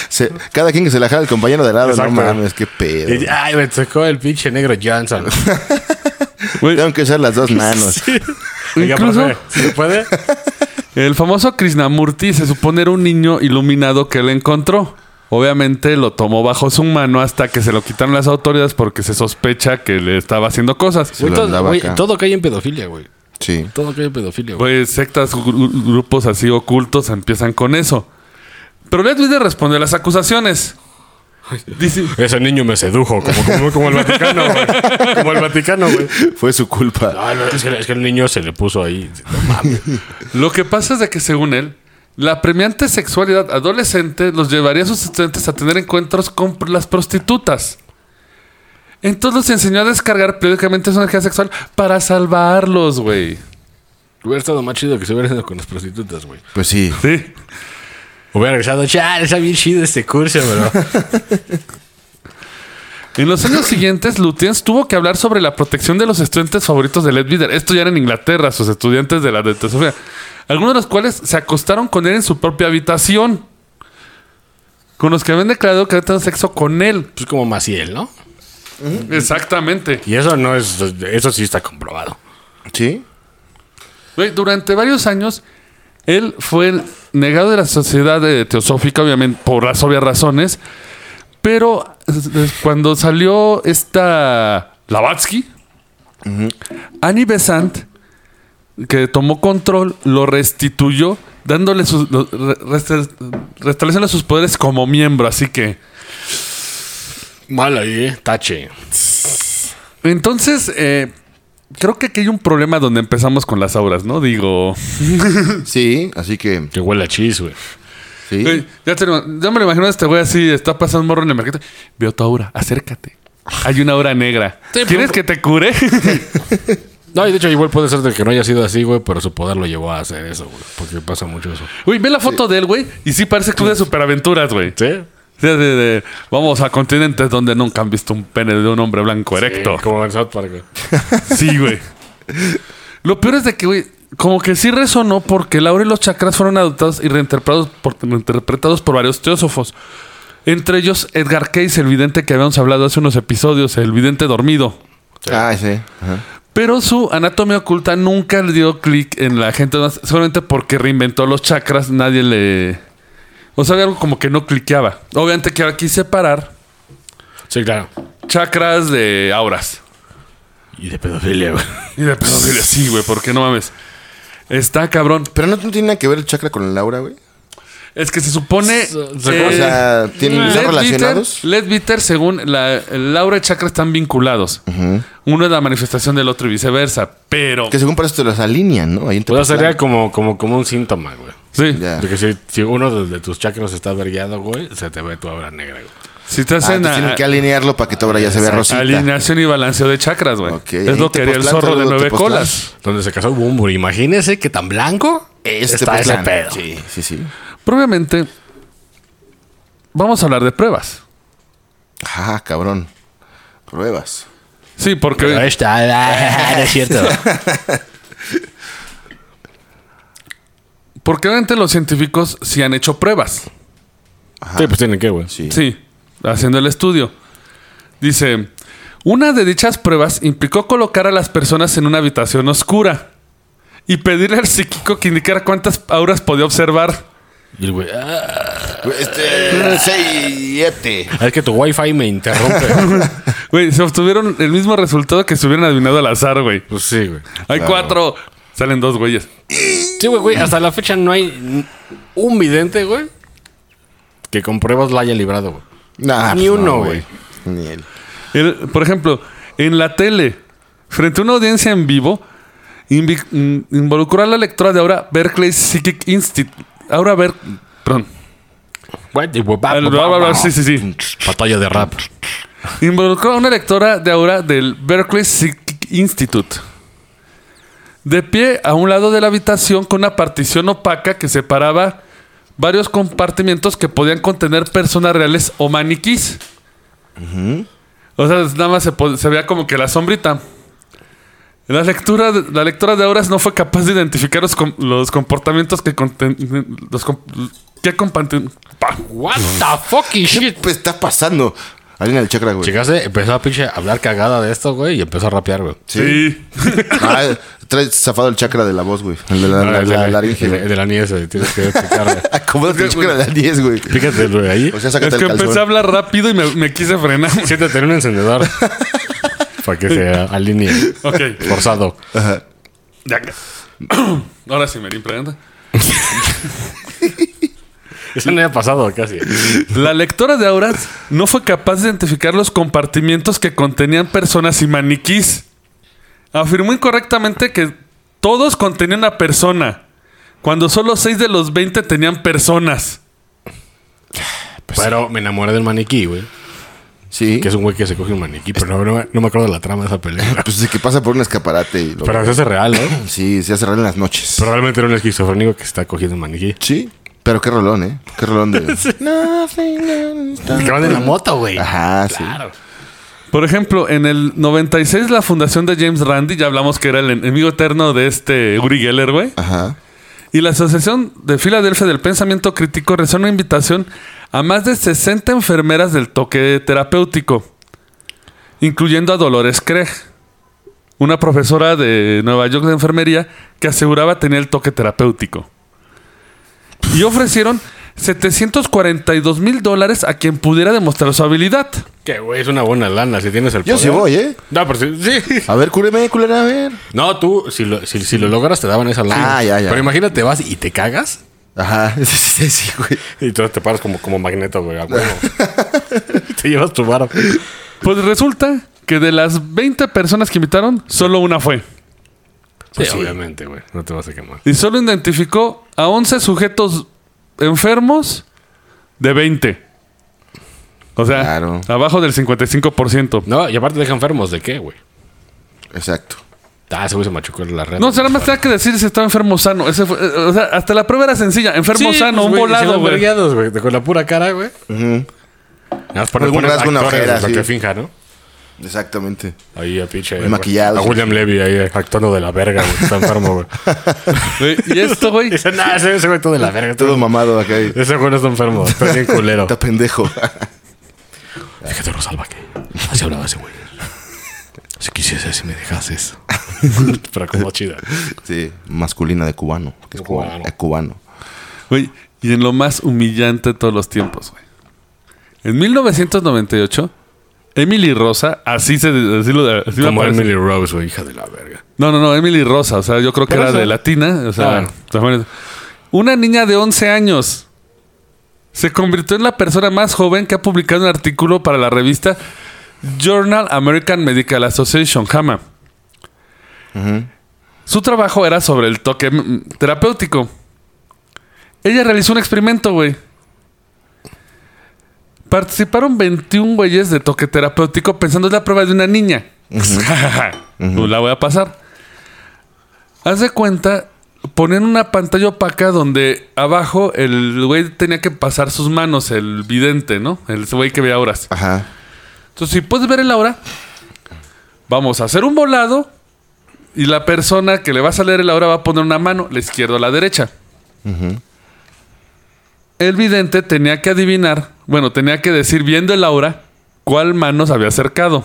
S3: Se- cada quien que se la jala al compañero de lado,
S4: Exacto.
S3: no mames, qué pedo.
S4: Y- ay, me tocó el pinche negro Johnson.
S3: Tengo que usar las dos manos.
S4: Oiga,
S2: Incluso-
S4: profe, ¿sí se puede?
S2: El famoso Krishnamurti se supone era un niño iluminado que le encontró. Obviamente lo tomó bajo su mano hasta que se lo quitaron las autoridades porque se sospecha que le estaba haciendo cosas.
S3: Se lo
S4: Güey, todo,
S3: andaba
S4: güey,
S3: acá.
S4: todo cae en pedofilia, güey.
S3: Sí.
S4: Todo cae en pedofilia, güey.
S2: Pues sectas, gru- gru- grupos así ocultos empiezan con eso. Pero Ledwider respondió a las acusaciones. Dice,
S4: Ese niño me sedujo, como, como, como el Vaticano, güey. Como el Vaticano, güey.
S3: Fue su culpa.
S4: No, no, es, que, es que el niño se le puso ahí.
S2: Lo que pasa es de que según él, la premiante sexualidad adolescente los llevaría a sus estudiantes a tener encuentros con las prostitutas. Entonces los enseñó a descargar periódicamente su energía sexual para salvarlos, güey.
S4: Hubiera estado más chido que se hubiera ido con las prostitutas, güey.
S3: Pues sí.
S2: Sí.
S4: Hubiera regresado, chale, está bien chido este curso, bro.
S2: En los años siguientes, Lutyens tuvo que hablar sobre la protección de los estudiantes favoritos de Ledbeater. Esto ya era en Inglaterra, sus estudiantes de la de Teosofía. Algunos de los cuales se acostaron con él en su propia habitación. Con los que habían declarado que habían tenido sexo con él.
S4: Pues como Maciel, ¿no?
S2: Exactamente.
S4: Y eso no es. Eso sí está comprobado.
S3: Sí.
S2: Güey, durante varios años, él fue el negado de la sociedad eh, teosófica, obviamente, por las obvias razones. Pero eh, cuando salió esta Lavatsky, Annie Besant, que tomó control, lo restituyó, dándole sus. lo- re- resta- restableciéndole sus poderes como miembro. Así que.
S4: Mal ahí, ¿eh? Tache.
S2: Entonces, eh, creo que aquí hay un problema donde empezamos con las auras, ¿no? Digo.
S3: Sí. Así que.
S4: Que huele a chis, güey.
S3: Sí.
S2: Güey, ya, te lo- ya me lo imagino a este güey así, está pasando un morro en el mercado. Veo tu aura, acércate. Hay una aura negra.
S4: Sí,
S2: ¿Quieres
S4: pero-
S2: que te cure?
S4: No, y de hecho, igual puede ser de que no haya sido así, güey, pero su poder lo llevó a hacer eso, güey. Porque pasa mucho eso.
S2: Güey, ve la foto de él, güey. Y sí parece club de superaventuras, güey.
S4: ¿Sí?
S2: Sí, de- de- vamos a continentes donde nunca han visto un pene de un hombre blanco erecto.
S4: Como en South Park, güey.
S2: Sí, güey. Lo peor es de que, güey, como que sí resonó porque el aura y los chakras fueron adoptados y reinterpretados por, reinterpretados por varios teósofos. Entre ellos Edgar Case, el vidente que habíamos hablado hace unos episodios, el vidente dormido.
S3: Ah, sí. Ajá.
S2: Pero su anatomía oculta nunca le dio clic en la gente, no, solamente porque reinventó los chakras, nadie le... O sea, había algo como que no cliqueaba. Obviamente que aquí separar
S4: Sí, claro.
S2: chakras de auras.
S5: Y de pedofilia, güey.
S2: Y de pedofilia, sí, güey, porque no mames. Está cabrón.
S3: Pero no tiene nada que ver el chakra con el aura, güey.
S2: Es que se supone...
S4: se-
S3: O
S2: eh,
S3: sea, ¿tienen, ¿están
S2: Led
S3: relacionados?
S2: Bitter- Led Bitter, según la, el aura y chakra, están vinculados. Uno es la manifestación del otro y viceversa. Pero.
S3: Que según parece te los alinean, ¿no? Ahí en tu
S4: O
S2: Pues,
S4: sea, Pues
S3: plan.
S4: sería como, como, como un síntoma, güey.
S2: Sí.
S3: Ya.
S4: De que si, si uno de, de tus chakras está vergueado, güey, se te ve tu obra negra, güey.
S2: Si te
S3: Ah,
S2: hacen
S3: entonces
S2: a-
S3: tienen que alinearlo para que tu obra ya se vea rosita.
S2: alineación y balanceo de chakras, güey.
S3: Ok.
S2: Es lo que haría el
S3: Tepoztlán,
S2: zorro de
S3: saludos,
S2: nueve
S3: Tepoztlán.
S2: colas.
S4: Donde se casó Bumbur, imagínese que tan blanco
S3: Es
S4: está
S3: Este
S4: ese
S3: Tepoztlán.
S4: pedo.
S3: Sí, sí, sí.
S2: Probablemente. Vamos a hablar de pruebas.
S3: Ajá, Ah, cabrón. Pruebas.
S2: Sí, porque.
S5: Ahí
S4: ah,
S5: está, no es cierto.
S2: Porque obviamente los científicos sí han hecho pruebas.
S4: Sí, pues tienen que, güey.
S3: Sí.
S2: Sí, haciendo el estudio. Dice, una de dichas pruebas implicó colocar a las personas en una habitación oscura y pedirle al psíquico que indicara cuántas auras podía observar.
S4: Y el güey, ah,
S3: Este, siete.
S4: es que tu wifi me interrumpe.
S2: Güey, se obtuvieron el mismo resultado que se hubieran adivinado al azar, güey.
S4: pues sí, güey.
S2: Hay cuatro. Salen dos güeyes.
S4: Sí, güey, güey, hasta la fecha no hay n- un vidente, güey, que con pruebas la haya librado, güey.
S3: Nah,
S4: Ni
S3: pues no,
S4: uno, güey.
S3: Ni él.
S2: El- por ejemplo, en la tele, frente a una audiencia en vivo, invi- mm, involucró a la lectora de Aura Berkeley Psychic Institute. Aura Ber... Perdón.
S4: Güey, y pues, güey, pa,
S2: Al- bla,
S4: pa,
S2: bla,
S4: pa,
S2: bla,
S4: pa.
S2: sí, sí, sí.
S4: Batalla de rap.
S2: Involucró a una lectora de aura del Berkeley Psychic Institute. De pie a un lado de la habitación con una partición opaca que separaba varios compartimientos que podían contener personas reales o maniquís. O sea, nada más se, po- se veía como que la sombrita. La lectura, de- la lectora de auras no fue capaz de identificar los, com- los comportamientos que conten- los com- que comparten- pa.
S4: What the fucking shit.
S3: Pues está pasando. Alinea el chakra, güey.
S4: Llegaste, empezó a pinche hablar cagada de esto, güey, y empezó a rapear, güey.
S2: Sí.
S3: Ah, traes zafado el chakra de la voz, güey. El de la,
S4: Ah,
S3: la,
S4: el
S3: la-
S4: de la-
S3: laringe,
S4: el de-
S3: güey.
S4: el de la nieve, güey, tienes que explicarle.
S3: Acomódate el chakra de la 10, güey.
S4: Fíjate, güey, ahí.
S3: O sea,
S2: Es
S3: sácate
S2: que
S3: el
S2: empecé a
S3: calzón.
S2: hablar rápido y me, me quise frenar.
S4: Siéntate en un encendedor. para que se alinee.
S2: ok.
S4: Forzado.
S2: Ya que- Ahora sí me di imprenta.
S4: Eso no había pasado casi.
S3: Pues
S2: La lectora de auras no fue capaz de identificar los compartimientos que contenían personas y maniquís. Afirmó incorrectamente que todos contenían a persona, cuando solo 6 de los 20 tenían personas.
S4: pero me enamoré del maniquí, güey.
S3: Sí.
S4: Que es un güey que se coge un maniquí, pero no, no me- no me acuerdo de la trama de esa pelea.
S3: Pues de que pasa por un escaparate. Y lo...
S4: Pero eso es real, ¿no?
S3: Sí, se hace real en las noches.
S4: Pero realmente era un esquizofrénico que está cogiendo un maniquí.
S3: Sí. Pero qué rolón, ¿eh? Qué rolón de... Nothing Ah. else.
S4: Y que van en la moto, güey.
S3: Ajá, sí.
S2: Por ejemplo, en el 96 la fundación de James Randi, ya hablamos que era el enemigo eterno de este Uri Geller, güey.
S3: Ajá.
S2: Y la Asociación de Filadelfia del Pensamiento Crítico realizó una invitación a más de 60 enfermeras del toque terapéutico, incluyendo a Dolores Craig, una profesora de Nueva York de enfermería que aseguraba tener el toque terapéutico. Y ofrecieron 742 mil dólares a quien pudiera demostrar su habilidad.
S4: Que, güey, es una buena lana si tienes el
S3: Yo sí voy, ¿eh?
S4: No, pero sí. sí.
S3: A ver, cúreme, culera, a ver.
S4: No, tú, si lo, si, si lo logras, te daban esa lana.
S3: Ah, ya, ya.
S4: Pero imagínate, vas y te cagas.
S3: Ajá. Sí, sí, sí, güey.
S4: Y entonces te paras como, como magneto, güey, a huevo. te llevas tu vara.
S2: Pues resulta que de las 20 personas que invitaron, solo una fue.
S4: Pues obviamente, güey. No te vas a quemar.
S2: y solo identificó a 11 sujetos enfermos de 20. O sea,
S3: Claro.
S2: abajo del 55%.
S4: No, y aparte deja enfermos. ¿De qué, güey?
S3: Exacto.
S4: Ah, ese güey se machucó en la red.
S2: No, será más tenía que decir si estaba enfermo o sano. Ese fue- eh, o sea, hasta la prueba era sencilla. Enfermo o
S4: pues,
S2: sano, un volado, güey.
S4: güey. Con la pura cara, güey. Nada más poner-
S3: Algún
S4: poner
S3: rasgo, una
S4: actores,
S3: ojera,
S4: lo
S3: sí.
S4: que finja, ¿no?
S3: Exactamente.
S4: Ahí a pinche.
S3: Muy
S4: güey.
S3: maquillado,
S4: A
S3: sí.
S4: William Levy ahí actuando de la verga, güey. Está enfermo, güey.
S2: Güey, Y esto, güey.
S4: Dice, nah, ese ese güey todo de la verga.
S3: Todo
S4: todo-
S3: mamado acá. y-
S4: Ese güey no está enfermo. Está bien culero.
S3: Está pendejo.
S4: Fíjate, Rosalba, que así hablaba ese güey. Así
S5: quisiese si me dejases.
S4: Pero como chida.
S3: Sí, masculina de cubano. Que es cubano.
S4: Cubano.
S3: eh, cubano.
S2: Güey, y en lo más humillante de todos los tiempos, güey. En 1998, Emily Rosa, así se así lo así lo
S4: Como
S2: aparece.
S4: Emily Rose, güey, hija de la verga.
S2: No, no, no, Emily Rosa, o sea, yo creo que
S4: Por
S2: era
S4: eso.
S2: de latina, o sea,
S4: Ah.
S2: también- una niña de 11 años se convirtió en la persona más joven que ha publicado un artículo para la revista Journal American Medical Association, JAMA. Su trabajo era sobre el toque mm, terapéutico. Ella realizó un experimento, güey. Participaron 21 güeyes de toque terapéutico pensando es la prueba de una niña. Pues la voy a pasar. Haz de cuenta, ponían una pantalla opaca donde abajo el güey tenía que pasar sus manos, el vidente, ¿no? El güey que veía horas.
S3: Ajá.
S2: Entonces, si puedes ver el aura, vamos a hacer un volado y la persona que le va a salir el aura va a poner una mano, la izquierda o la derecha. El vidente tenía que adivinar, bueno, tenía que decir viendo el aura cuál mano se había acercado.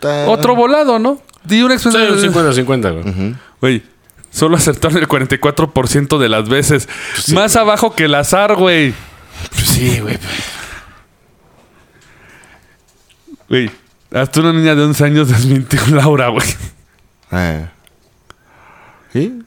S3: Ta-
S2: Otro volado, ¿no? Di una
S4: Ah. Sí,
S2: expresión.
S4: un 50-50, güey.
S2: Güey, solo acertaron el 44% de las veces.
S4: Pues
S2: Más abajo que el azar, güey.
S5: Pues sí, güey.
S2: Güey, hasta una niña de 11 años desmintió Laura, güey.
S4: Pues
S3: Eh. ¿Sí?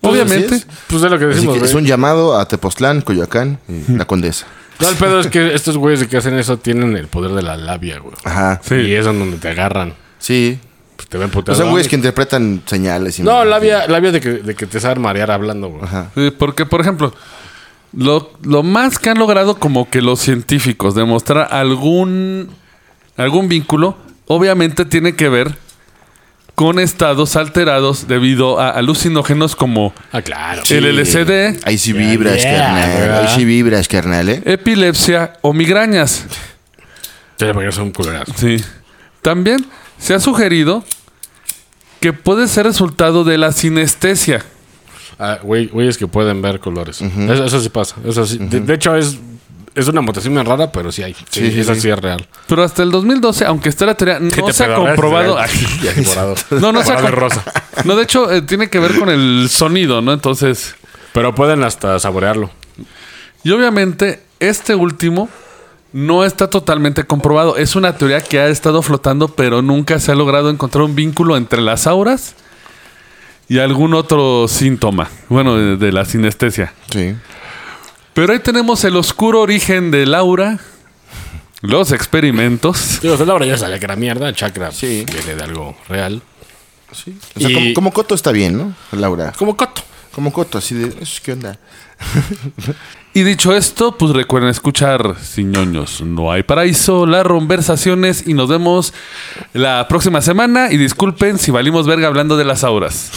S5: Pues
S2: Obviamente.
S3: así
S4: Pues es lo que
S3: Así
S4: decimos,
S3: que es
S4: güey.
S3: un llamado a Tepoztlán, Coyoacán y la Condesa.
S4: No, el pedo es que estos güeyes que hacen eso tienen el poder de la labia, güey.
S3: Ajá.
S2: Sí.
S4: Y es en donde te agarran.
S3: Sí.
S4: Pues te ven
S3: No
S4: puteado.
S3: son güeyes que interpretan señales. y
S4: No, labia, labia de, que, de que te saben marear hablando, güey.
S3: Ajá.
S2: Sí, Porque, por ejemplo, lo, lo más que han logrado como que los científicos demostrar algún, algún vínculo, obviamente tiene que ver con estados alterados debido a alucinógenos como
S4: Ah, claro.
S2: el
S4: Eh.
S2: LCD,
S3: Ahí sí vibras,
S4: Yeah,
S3: carnal.
S4: ¿verdad?
S3: Ahí sí vibras, carnal, ¿eh?
S2: epilepsia o migrañas.
S4: Te regreso un culerazo.
S2: Sí. También se ha sugerido que puede ser resultado de la sinestesia.
S4: Ah, güey, güeyes que pueden ver colores. eso, eso sí pasa. Eso sí. de, de hecho, es, es una mutación bien rara, pero sí hay. Sí,
S3: Sí, sí,
S4: esa
S3: sí.
S4: sí es real.
S2: Pero hasta el 2012, aunque está la teoría, no
S4: Te
S2: se ha
S4: pedorreas,
S2: comprobado.
S4: te
S2: Ay,
S4: ves- y así morado.
S2: No, no se ha
S4: Morado y
S2: com-
S4: rosa.
S2: No, de hecho, eh, tiene que ver con el sonido, ¿no? Entonces,
S4: Pero pueden hasta saborearlo.
S2: y obviamente, este último no está totalmente comprobado. Es una teoría que ha estado flotando, pero nunca se ha logrado encontrar un vínculo entre las auras y algún otro síntoma, bueno, de, de la sinestesia.
S3: Sí.
S2: Pero ahí tenemos el oscuro origen del aura, los experimentos.
S4: Digo, Laura ya sabía que era mierda. Chakra
S3: Sí.
S4: viene de algo real.
S3: sí. O sea,
S4: Y-
S3: como, como Coto está bien, ¿no? Laura.
S4: Como coto.
S3: Como Coto, así de. "Es- ¿Qué onda?
S2: Y dicho esto, pues recuerden escuchar Sin ñoños, no hay paraíso, las conversaciones y nos vemos la próxima semana. Y disculpen si valimos verga hablando de las auras.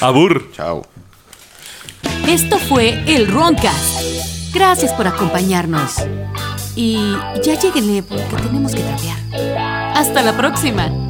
S2: Abur.
S3: Chao.
S1: Esto fue el Roncast. Gracias por acompañarnos. eh, Y ya lleguenle porque tenemos que cambiar. Hasta la próxima.